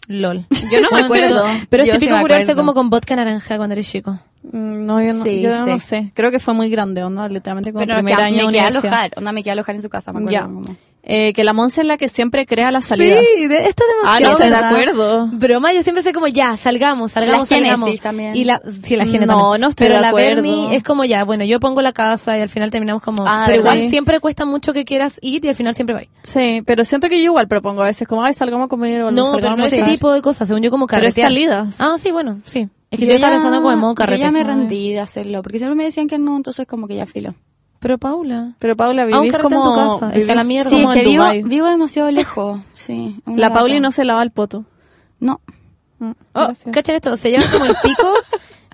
LOL.
Yo
Ah,
no me acuerdo.
Pero es
Yo sí
típico
me
curarse
acuerdo.
como con vodka naranja cuando eres chico.
Mm, No, yo no,
Sí,
yo
sí.
no sé. Creo que fue muy grande, ¿o ¿no? Literalmente como
Pero
primer
que-
año de
me quedé a
universidad.
alojar. Onda, me quedé a alojar en su casa, me acuerdo.
Ya.
como-
Eh, que la Monse es la que siempre crea las salidas.
de, esto es
Ah, no,
demasiado,
de
¿verdad?
acuerdo.
Broma, yo siempre sé como ya, salgamos, salgamos,
La Génesis
salgamos.
también.
Y la, sí, la
No,
Génesis
no estoy
Pero
de
la
acuerdo.
Bernie es como ya, bueno, yo pongo la casa y al final terminamos como.
Ah,
pero
sí.
igual siempre cuesta mucho que quieras ir y al final siempre va.
Sí, pero siento que yo igual propongo a veces como, ay, salgamos a comer o
No, pero
salgamos
no
a
ese
almorzar.
tipo de cosas, según yo como
Pero es
carretear.
salidas.
Ah, sí, bueno, sí. Es que yo, estaba pensando como en modo carrete.
Yo ya me rendí de hacerlo, porque siempre me decían que no, entonces como que ya filo.
Pero Paula.
Pero Paula,
Ah, un
vivís
carrete en
como...
tu casa. Es que
vivís
la mierda.
Sí,
como
es que
en
vivo,
Dubái.
vivo demasiado lejos. Sí. una
La
lata.
Pauli no se lava el poto.
No.
Mm,
Oh,
gracias.
¿cachan esto? Se llevan como el pico.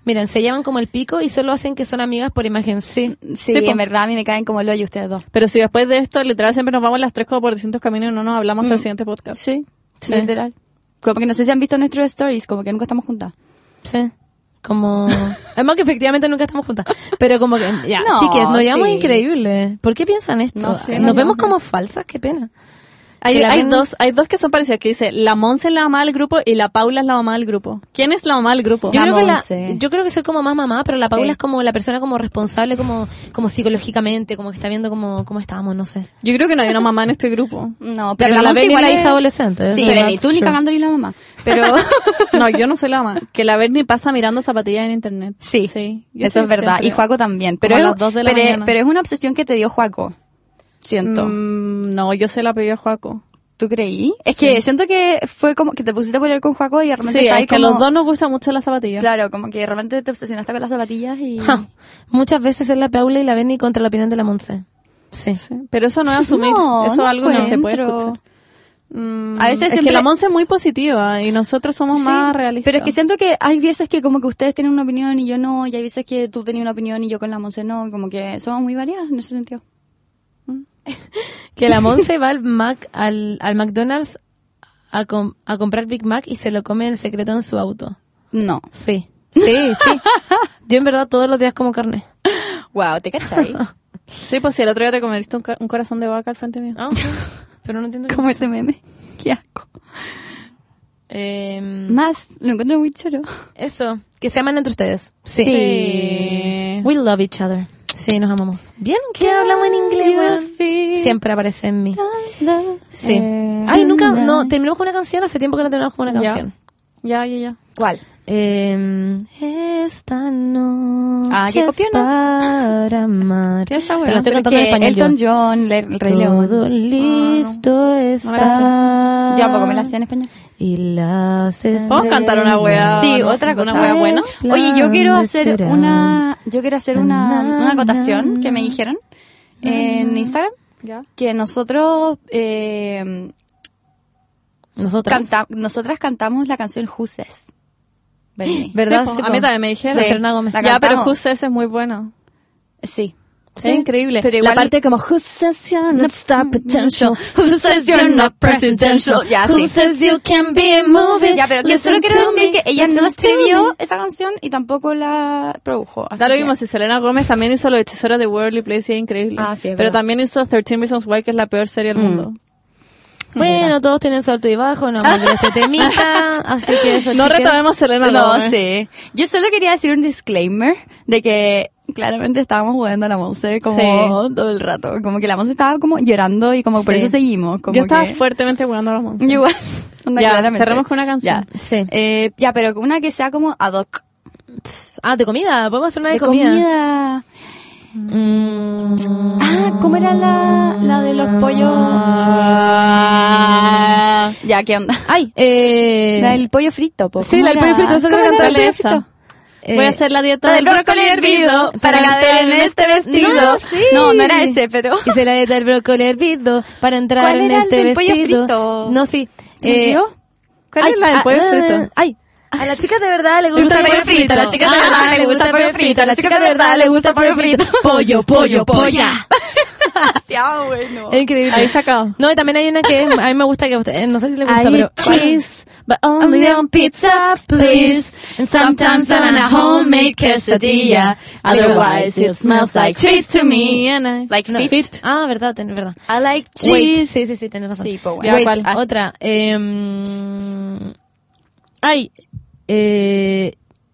Miren, se llevan como el pico y solo hacen que son amigas por imagen. Sí. pues.
Sí,
Sí, po.
en verdad a mí me caen como lo y ustedes dos.
Pero si después de esto, literal, siempre nos vamos las tres como por distintos caminos y no nos hablamos hasta el siguiente podcast.
Sí,
Sí.
literal. Como que no sé si han visto nuestros stories, como que nunca estamos juntas.
Sí. Como. Además que efectivamente nunca estamos juntas. Pero como que. Ya,
No,
chiques, nos llevamos
sí.
increíble. ¿Por qué piensan esto?
No sé,
Ay,
nos
nos vemos
llevamos
como falsas, qué pena.
Hay,
Que la
hay
Berni-
dos, hay dos que son parecidas, que dice, la Monse es la mamá del grupo y la Paula es la mamá del grupo. ¿Quién es la mamá del grupo?
Yo
La
creo, que la,
Monse.
yo creo que soy como más mamá, pero la Paula
Sí.
es como la persona como responsable, como, como psicológicamente, como que está viendo cómo, cómo estábamos, no sé.
Yo creo que no hay una mamá en este grupo.
No,
pero la
Monse
Beni es la
igual
hija adolescente,
Sí,
eso
Beni,
that's
tú ni
true.
cagando ni la mamá. Pero
No, yo no soy la mamá. Que la Bernie pasa mirando zapatillas en internet.
sí,
yo
eso
sí
es verdad.
siempre.
Y Juaco también. Pero,
a
es-
las dos de la
pero,
mañana.
pero es una obsesión que te dio Juaco. Siento.
Mm, no, yo se la pedí a Juaco.
¿Tú creí? Es que siento que fue como que te pusiste a pelear con Juaco y de repente
Sí,
estabas
es que a
como-
los dos nos gusta mucho la zapatilla.
Claro, como que de repente te obsesionaste con las zapatillas y...
Ja, Muchas veces es la Paula y la Benny contra la opinión de la Monse. Sí.
Sí, Pero eso no es asumir.
No,
eso
no
es algo que no se puede
encuentro.
escuchar. Mm,
A veces
es que
siempre-
la Monse es muy positiva y nosotros somos
Sí,
más realistas.
Pero es que siento que hay veces que como que ustedes tienen una opinión y yo no, y hay veces que tú tenías una opinión y yo con la Monse no, como que somos muy variadas en ese sentido.
Que la Monse va al Mac, al, al McDonald's a, com- a comprar Big Mac y se lo come en secreto en su auto.
No.
Sí. Sí, sí. Yo en verdad todos los días como carne.
Wow, ¿te cachai?
Sí, pues si el otro día te comiste un, ca- un corazón de vaca al frente mío.
Ah, Pero no entiendo.
como ese meme. Qué asco.
Eh,
Mm. Más, lo encuentro muy choro.
eso, que se aman entre ustedes. Sí.
Sí.
We love each other. Sí, nos amamos. Bien, que hablamos en inglés. weón? Siempre aparece en mí. Sí.
Eh,
Ay, nunca, no, terminamos con una canción, hace tiempo que no terminamos con una
Ya.
canción.
Ya, ya, ya.
¿Cuál?
Em,
Eh, esta noche
Ah, qué
es para amar. Pero la estoy cantando en español.
Elton
yo.
John, Le- el Rey
Todo
León. Ah,
listo está.
Yo tampoco me la hacía en español. Eh,
Y las
¿Puedo cantar una wea?
estrellas
Sí, otra cosa.
Una wea buena.
Oye, yo quiero hacer una, yo quiero hacer una, una acotación que me dijeron en Instagram
Ya.
que nosotros eh,
Nosotras.
canta- nosotras cantamos la canción Juses. Vení.
¿Verdad?
Sí, po,
Sí,
a
po.
mí también me dijeron.
Sí. Selena Gómez.
La
Ya, pero
cantamos.
Just esa es muy buena.
Sí.
Sí, es increíble.
Pero
la
igual-
parte como, who says you're not star potential? Who says
you're
you're
not
not presidential?
presidential? Ya,
Who
sí.
says you can be a movie?
Ya, pero que
Listen
solo quiero
to
decir
me,
que ella no
listen to
escribió
me.
esa canción y tampoco la produjo. así
Da lo
que-
mismo, si Selena Gómez también hizo Los Hechiceros de Worldly Place y es increíble.
Ah, sí, es
pero
verdad.
también hizo 13 Reasons Why, que es la peor serie del mundo. Ah,
Bueno, todos tienen su alto y bajo, no hablamos de este temita, así que eso,
No
chicas.
retomemos Selena
No,
Gómez.
sí. Yo solo quería decir un disclaimer de que claramente estábamos jugando a la Monse como todo el rato. Como que la Monse estaba como llorando y como por
Sí.
eso seguimos. Como
Yo estaba
que-
fuertemente jugando a los monstruos.
Igual. Onda,
Ya,
claramente.
cerremos con una canción.
Ya.
Sí.
Eh, ya, pero una que sea como ad hoc.
Ah, de comida, podemos hacer una de, comida.
comida.
Mm.
Ah, ¿cómo era la, la de los pollos?
Ah.
Ya, ¿qué onda?
Ay, eh...
La del pollo frito, po.
Sí, la del
¿Cómo
pollo
era?
frito, eso
¿Cómo
que
era la del
cantarle
pollo
esa.
frito?
eh,
Voy a hacer la dieta
La
del brócoli hervido para
entrar
entrar en este vestido.
Ah,
No, sí.
No, no era ese, pero.
Hice la dieta del brócoli hervido para entrar
¿Cuál
en
era el
este
del pollo
vestido.
frito?
No, sí.
¿Me dio?
¿Cuál
ay,
es la del
ah,
pollo
ah,
frito?
Ay, a las chicas de verdad le
Le
gusta el pollo frito.
a las chicas de
Ah,
verdad le gusta el pollo frito, a las chicas de verdad le gusta el pollo frito.
Pollo, pollo, polla.
Demasiado bueno.
Es increíble.
Ahí sacado.
No, y también hay una que es- a mí me gusta que a usted- eh, no sé si le gusta, pero
cheese, but only on pizza,
please.
And
sometimes on a homemade quesadilla. Otherwise it smells like cheese to me.
And I-
Like
No,
fit.
Ah, verdad, ten- verdad.
I like
Wait,
cheese.
sí, sí, sí, tenés razón.
Sí, pues bueno.
Wait,
¿cuál?
ah, otra. em,
Ay,
eh,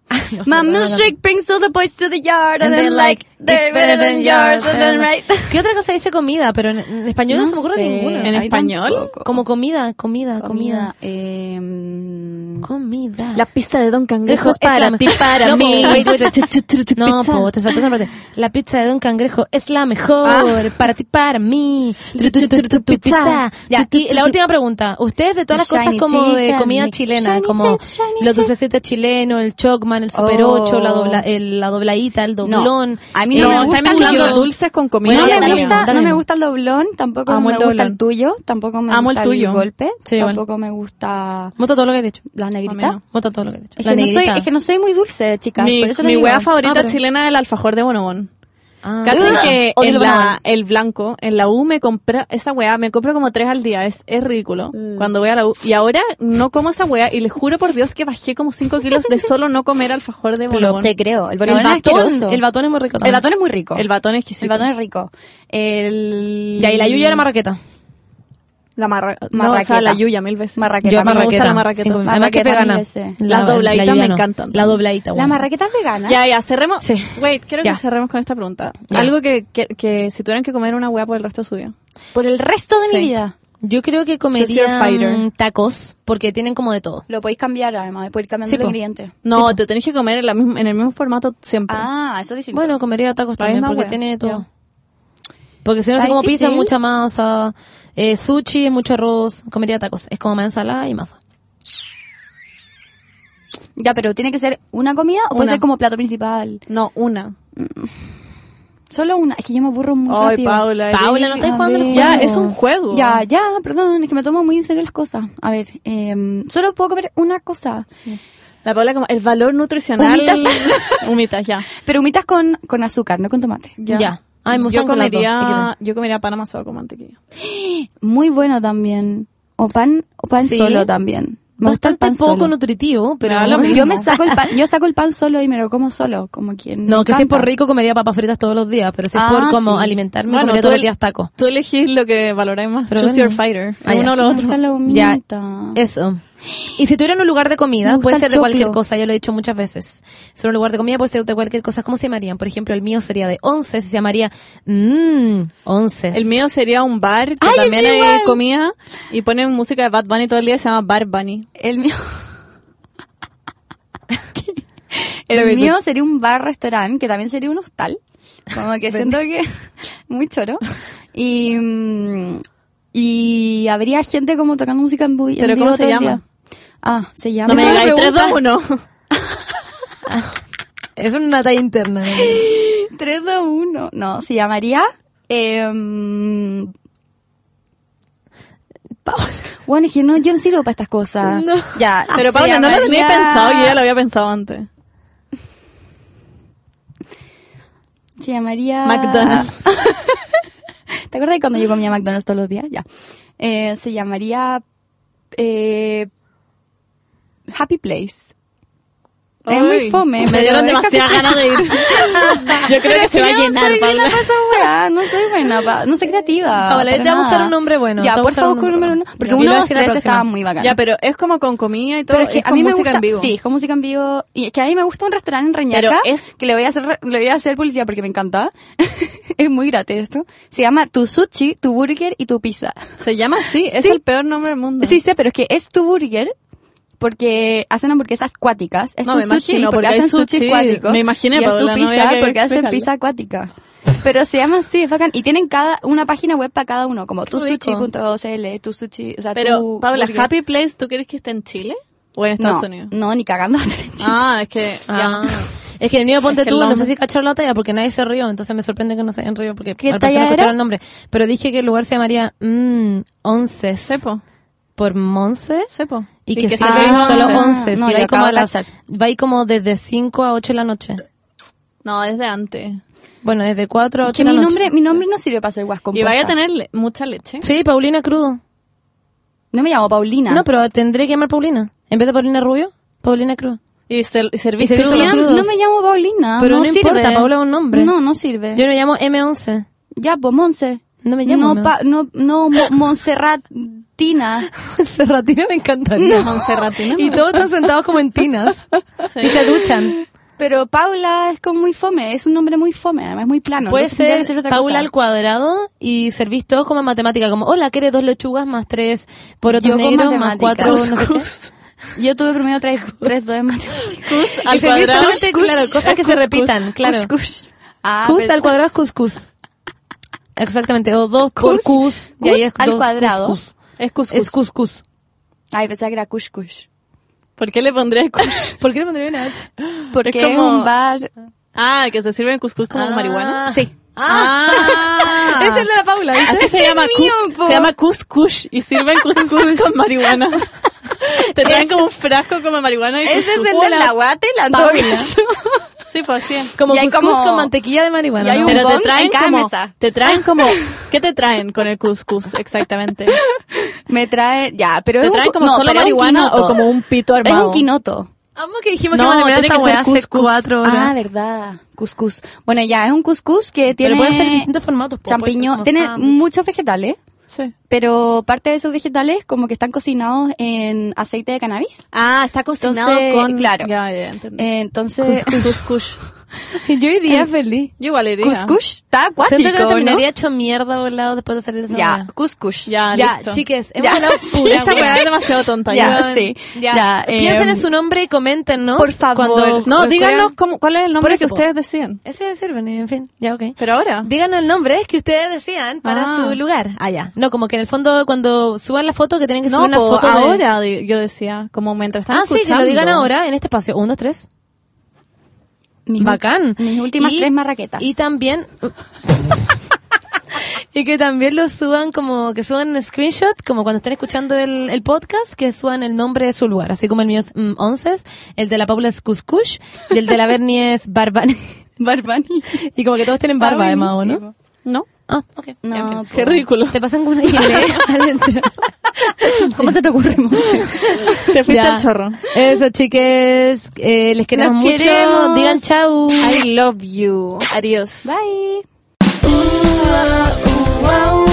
no,
My
no, no, no.
milkshake brings all the boys to the yard and,
And
they're
then,
like,
it's
they're better than yours and then right.
¿Qué otra cosa dice comida? Pero en, en español no, se me ocurre ninguna.
¿En
Ay,
español?
tampoco.
Como comida, comida, comida.
Comida. em,
Comida.
la pista de Don Cangrejo
Cangrejo
es para
la-
ti, para
No,
mí.
po, wait, wait, wait. No,
Pizza.
po, te faltó esa parte. La pizza de Don Cangrejo es la mejor.
Ah.
Para ti, para mí.
Tu, tu, tu, tu, tu,
Pizza. Ya,
tu, tu,
y
tu,
la
tu.
última pregunta. Ustedes de todas las
Shiny
cosas como de
teeth,
comida
Nick.
chilena,
Shiny
como
teeth, shiny
los
teeth.
dulcecitos chilenos, el chocman, el super
Oh.
8, la, dobla, el- la dobladita, el doblón.
A mí no
eh,
me
el
gusta
está
el
tuyo.
mezclando dulces con comida.
Bueno,
no
ya,
me
dale
gusta,
mismo, dale
no me
mismo.
gusta el doblón, tampoco
Amo
me
el
gusta
doblón.
el tuyo, tampoco me
Amo el
gusta
tuyo.
golpe,
Sí, igual.
tampoco me gusta
Mota todo lo que he dicho.
la
A mí
negrita.
no.
Mota todo lo que he dicho.
Es
La
que, no soy,
negrita.
es que no soy muy dulce, chicas,
Mi,
por eso
mi
les
wea
digo.
favorita
Ah, pero-
chilena es el alfajor de Bonobón.
Ah.
Casi que
Odio
en
el
la,
banano.
el blanco, en la U me compra, esa weá, me compro como tres al día, es, es ridículo.
Mm.
Cuando voy a la U. Y ahora no como esa weá, y les juro por Dios que bajé como cinco kilos de solo no comer alfajor de
Lo-
bonobón.
te creo, el
El
bonobón es asqueroso.
batón. El batón es muy rico
El
también.
batón es muy rico.
El batón es exquisito.
El batón es rico. El...
Ya, y la yuya era marraqueta.
La marra, no, o
Marraqueta.
sea, la yuya mil veces.
Marraqueta.
Yo
a mí me
marraqueta.
gusta la marraqueta.
Cinco mil.
La
Además que
marraqueta
vegana.
mil veces.
Las dobladitas
la
me
yuya no.
encantan.
La dobladita.
La
bueno.
marraqueta es vegana.
Ya, ya, cerremos.
Sí.
Wait, quiero
Ya.
que cerremos con esta pregunta.
Ya.
Algo que, que, que si tuvieran que comer una weá por el resto de su vida.
Por el resto de
Sí.
mi vida.
Yo creo que
Social fighter.
comería mm, tacos porque tienen como de todo.
Lo podéis cambiar, además, podéis cambiando
Sí,
los
po.
ingredientes.
No, te tenés que comer en, la misma- en el mismo formato siempre.
Ah, eso es distinto.
Bueno, comería tacos
La
también
misma
porque
wea.
tiene de todo.
Ya.
Porque si no,
Está
se como pizza,
difícil.
mucha masa. Eh, sushi, es mucho arroz. Comería tacos. Es como más ensalada y masa.
Ya, pero ¿tiene que ser una comida o puede
Una.
ser como plato principal?
No, una.
Solo una. Es que yo me aburro muy
Ay,
rápido.
Paula. eres-
Paula, no estáis
a
jugando
ver.
los
Ya,
juegos.
es un juego.
Ya, ya, perdón, es que me tomo muy en serio las cosas. A ver, eh, solo puedo comer una cosa.
La Paula como el valor nutricional.
Humitas.
Humitas, ya.
Pero humitas con, con azúcar, no con tomate.
Ya. Ay, me
yo
gustan con las dos.
comería, yo comería pan amasado con mantequilla.
Muy bueno también. O pan, o pan
Sí.
solo también. Me gusta el
Bastante
pan
poco
solo.
nutritivo, pero...
Me da lo mismo.
Yo me saco el pan, yo saco el pan solo y me lo como solo, como quien
No, que si es
canta.
por rico comería papas fritas todos los días, pero si es
Ah,
por como
sí.
alimentarme comería todos los días tacos.
Tú elegís lo que valoráis más.
Pero
Choose
bueno.
your fighter.
Ah, ya.
uno o lo
Me
otro.
gusta la
Ya,
humita.
eso. Y si tuviera un lugar de comida,
Me gusta
puede
el
ser de cualquier
choclo.
cosa, ya lo he dicho muchas veces. Si era un lugar de comida puede ser de cualquier cosa, ¿cómo se llamarían? Por ejemplo, el mío sería de once, se llamaría mmm, once.
El mío sería un bar que
Ay, el
también
mío
hay
igual.
comida y ponen música de Bad Bunny todo el día y se llama Bar Bunny.
El mío.
Very
El
good.
mío sería un bar-restaurante, que también sería un hostal. Como que siento que muy choro. Y, mm, y habría gente como tocando música en, bu- en
¿Pero
vivo
cómo se
todo el
llama?
día. Ah, se llama.
No me
Esa es la
digáis 3,
pregunta.
2, 1.
Es una talla interna.
3, 2, 1. No, se llamaría. em, bueno, es que no, yo no sirvo para estas cosas.
No. Ah,
Ya,
Pero
Ah, se
Paula, no lo tenía
llamaría-
pensado, yo ya lo había pensado antes.
Se llamaría...
McDonald's.
¿Te acuerdas de cuando yo comía McDonald's todos los días? Ya. Eh, se llamaría... eh, Happy Place. Es muy
Ay,
fome.
Me
pero
dieron
es
demasiadas
Happy
ganas de ir. Yo creo que se va a
Yo no
llenar,
soy buena
Paula.
pa' esa weá, no soy buena, pa- no soy
Ah,
creativa.
Paola,
para
ya
nada.
buscar un nombre bueno,
Ya,
te voy a
por
buscar
favor,
un
con un
nombre
número uno.
bueno.
Porque
Ya, yo
uno,
lo voy a
dos,
decir la
tres
próxima.
estaba muy bacán.
Ya, pero es como con comida y todo.
Pero es que a
con
mí me
música
gusta,
en vivo.
sí, con música en vivo. Y es que a mí me gusta un restaurante en
Pero
Reñaca,
es-
que le voy a hacer, re- le voy a hacer publicidad porque me encanta. es muy gratis esto. Se llama tu sushi, tu burger y tu pizza.
Se llama así. Es
Sí.
el peor nombre del mundo.
Sí, sé, pero es que es tu burger porque hacen hamburguesas acuáticas. Es
No,
tu
me
sushi
imagino,
porque,
porque hay
hacen sushi,
sushi.
acuático.
Me imaginé,
y es tu
Paola, no
pizza
había que
porque hacen
explicarlo.
pizza acuática. Pero se llaman así, es bacán. Y tienen cada una página web para cada uno, como
rico.
tusushi.cl, tu sushi, o sea,
Pero,
tu
Paula,
burger.
Happy Place, ¿tú crees que esté en Chile? ¿O en Estados
no,
Unidos?
no, ni cagando. Ah,
Ah, es que.
Ah.
ya.
Es que el mío ponte
que el
tú, no
nombre-
sé si cacharon la talla porque nadie se rió, entonces me sorprende que no se hayan rido porque
¿Qué
al
talla
parecer no
era?
escucharon el nombre. Pero dije que el lugar se llamaría Mmm, Onces
Sepo.
por Monce
Sepo.
y que,
se
sirve
sirven
Ah,
solo
once.
once.
No,
y
yo
va ahí
acabo
como, a
de
las-
cachar.
va ahí como desde 5 a 8 de la noche.
No, desde antes.
Bueno, desde 4 a 8
que
de
mi
la noche.
nombre, mi nombre no sirve para ser guas
Y vaya a tener le- mucha leche.
Sí, Paulina Crudo.
No me llamo Paulina.
No, pero tendré que llamar Paulina. En vez de Paulina Rubio, Paulina Crudo.
Y, ser y servir
Y servir
crudo.
solo
Bien,
crudos.
no me llamo Paulina.
Pero
no,
no
sirve.
importa, Paula es un nombre.
No, no sirve.
Yo lo llamo M11.
Ya, pues Monse.
No me llamo
Eh. No, pa-
Monse.
no, no Mo- Monserratina.
Serratina me encantaría.
Monserratina.
Y todos están sentados como en tinas. Y se duchan.
Pero Paula es como muy fome, es un nombre muy fome, además es muy plano.
Puede
entonces tendría
ser,
que otra
Paula
cosa.
al cuadrado y servís todo como en matemática, como, hola, ¿quieres dos lechugas más tres porotos
Yo con
negros más
matemáticas.
cuatro, no sé qué?
Yo tuve primero 3 tres, dos en matemáticas.
al
al
cuadrado.
cuadrado.
solamente, claro, cosas que se repitan, claro.
Cus, cus. Ah,
Cus
pero-
al cuadrado es cuscus. Exactamente, o dos por cus, y ahí
cus
es
al
dos
cuadrado.
cuscus.
Es cuscus.
Es cuscus.
Ay, pensaba que era Cushkush.
¿Por qué le pondría cuscus?
¿Por qué le pondría una H?
Porque
Es
es
como-
un bar.
Ah, que se sirve en cuscus como marihuana.
Sí.
Ah.
Esa es la de la Paula. ¿viste?
Así se
es
llama
mío,
cus,
po.
se llama cuscus y sirven cuscus con marihuana. Te traen como un frasco como marihuana y
Ese es
cuscus.
el de la guate, la
Paula. Sí, pues sí.
Como
Y hay
cuscus
como-
con mantequilla de marihuana.
y hay
¿no?
un
Pero
Pero-
te
bong
traen
en cada
como
mesa.
te traen como ¿qué te traen con el cuscus exactamente?
Me trae, ya, pero
¿Te
es un
traen
cu-
como
no,
solo
pero es un
marihuana
quinoto.
o como un pito armado?
Es un quinoto.
Amo que dijimos
No,
que van a
tiene
esta
que ser
este weá hace
cuscus.
cuatro horas.
Ah, verdad. Cuscús. Bueno, ya, es un cuscús que tiene...
Pero pueden ser distintos formatos. po, puede ser
champiñón.
como
Tiene
sándwich.
muchos vegetales,
Sí.
pero parte de esos vegetales como que están cocinados en aceite de cannabis.
Ah, está cocinado
Entonces,
con
claro.
Ya, ya, entendí.
Eh, Entonces,
cuscus.
Yo iría feliz.
Yo igual iría.
cuscús está acuático,
Siento que
¿no?
terminaría hecho mierda volado después de salir de esa
Ya,
weá.
cuscús.
Ya,
Ya,
listo.
chiques, hemos
Ya,
hablado
sí,
pura
Esta
weá.
weá es demasiado tonta.
Ya,
yo-
sí.
Ya, em,
Ya, eh,
piensen en su nombre y coméntenos.
por favor.
cuando-
No,
cuando
díganos
escriban-
cómo- cuál es el
pues, Por
nombre
eso,
que
po.
ustedes decían.
Eso es sirven, en fin, ya, ok.
Pero ahora.
Díganos el nombre que ustedes decían para
Ah.
su lugar. Ah, ya. No, como que en el fondo cuando suban la foto que tienen que
No,
subir una
po,
foto de-
ahora di- yo decía, como mientras están
Ah, sí, que lo
escuchando.
digan ahora en este espacio. Un, dos, tres.
mis ul-
Bacán.
Mis últimas
Y-
tres marraquetas.
Y también... uh, y que también lo suban como... Que suban un screenshot, como cuando estén escuchando el, el podcast, que suban el nombre de su lugar. Así como el mío es mm, Onces, el de la Paula es Cuscush, y el de la Berni es Barbani.
Barbani.
y como que todos tienen barba
Está
además, ¿o no?
buenísimo.
No.
Ah, ok.
No,
Ya, ok.
po.
Qué ridículo.
Te pasan con una gilet al entrar.
¿Cómo se te ocurre, Monse?
Te fuiste
Ya.
al chorro.
Eso, chiques. Eh, les queremos
Los
mucho.
queremos.
Digan chau.
I love you. Adiós.
Bye.
Ua, ua, ua.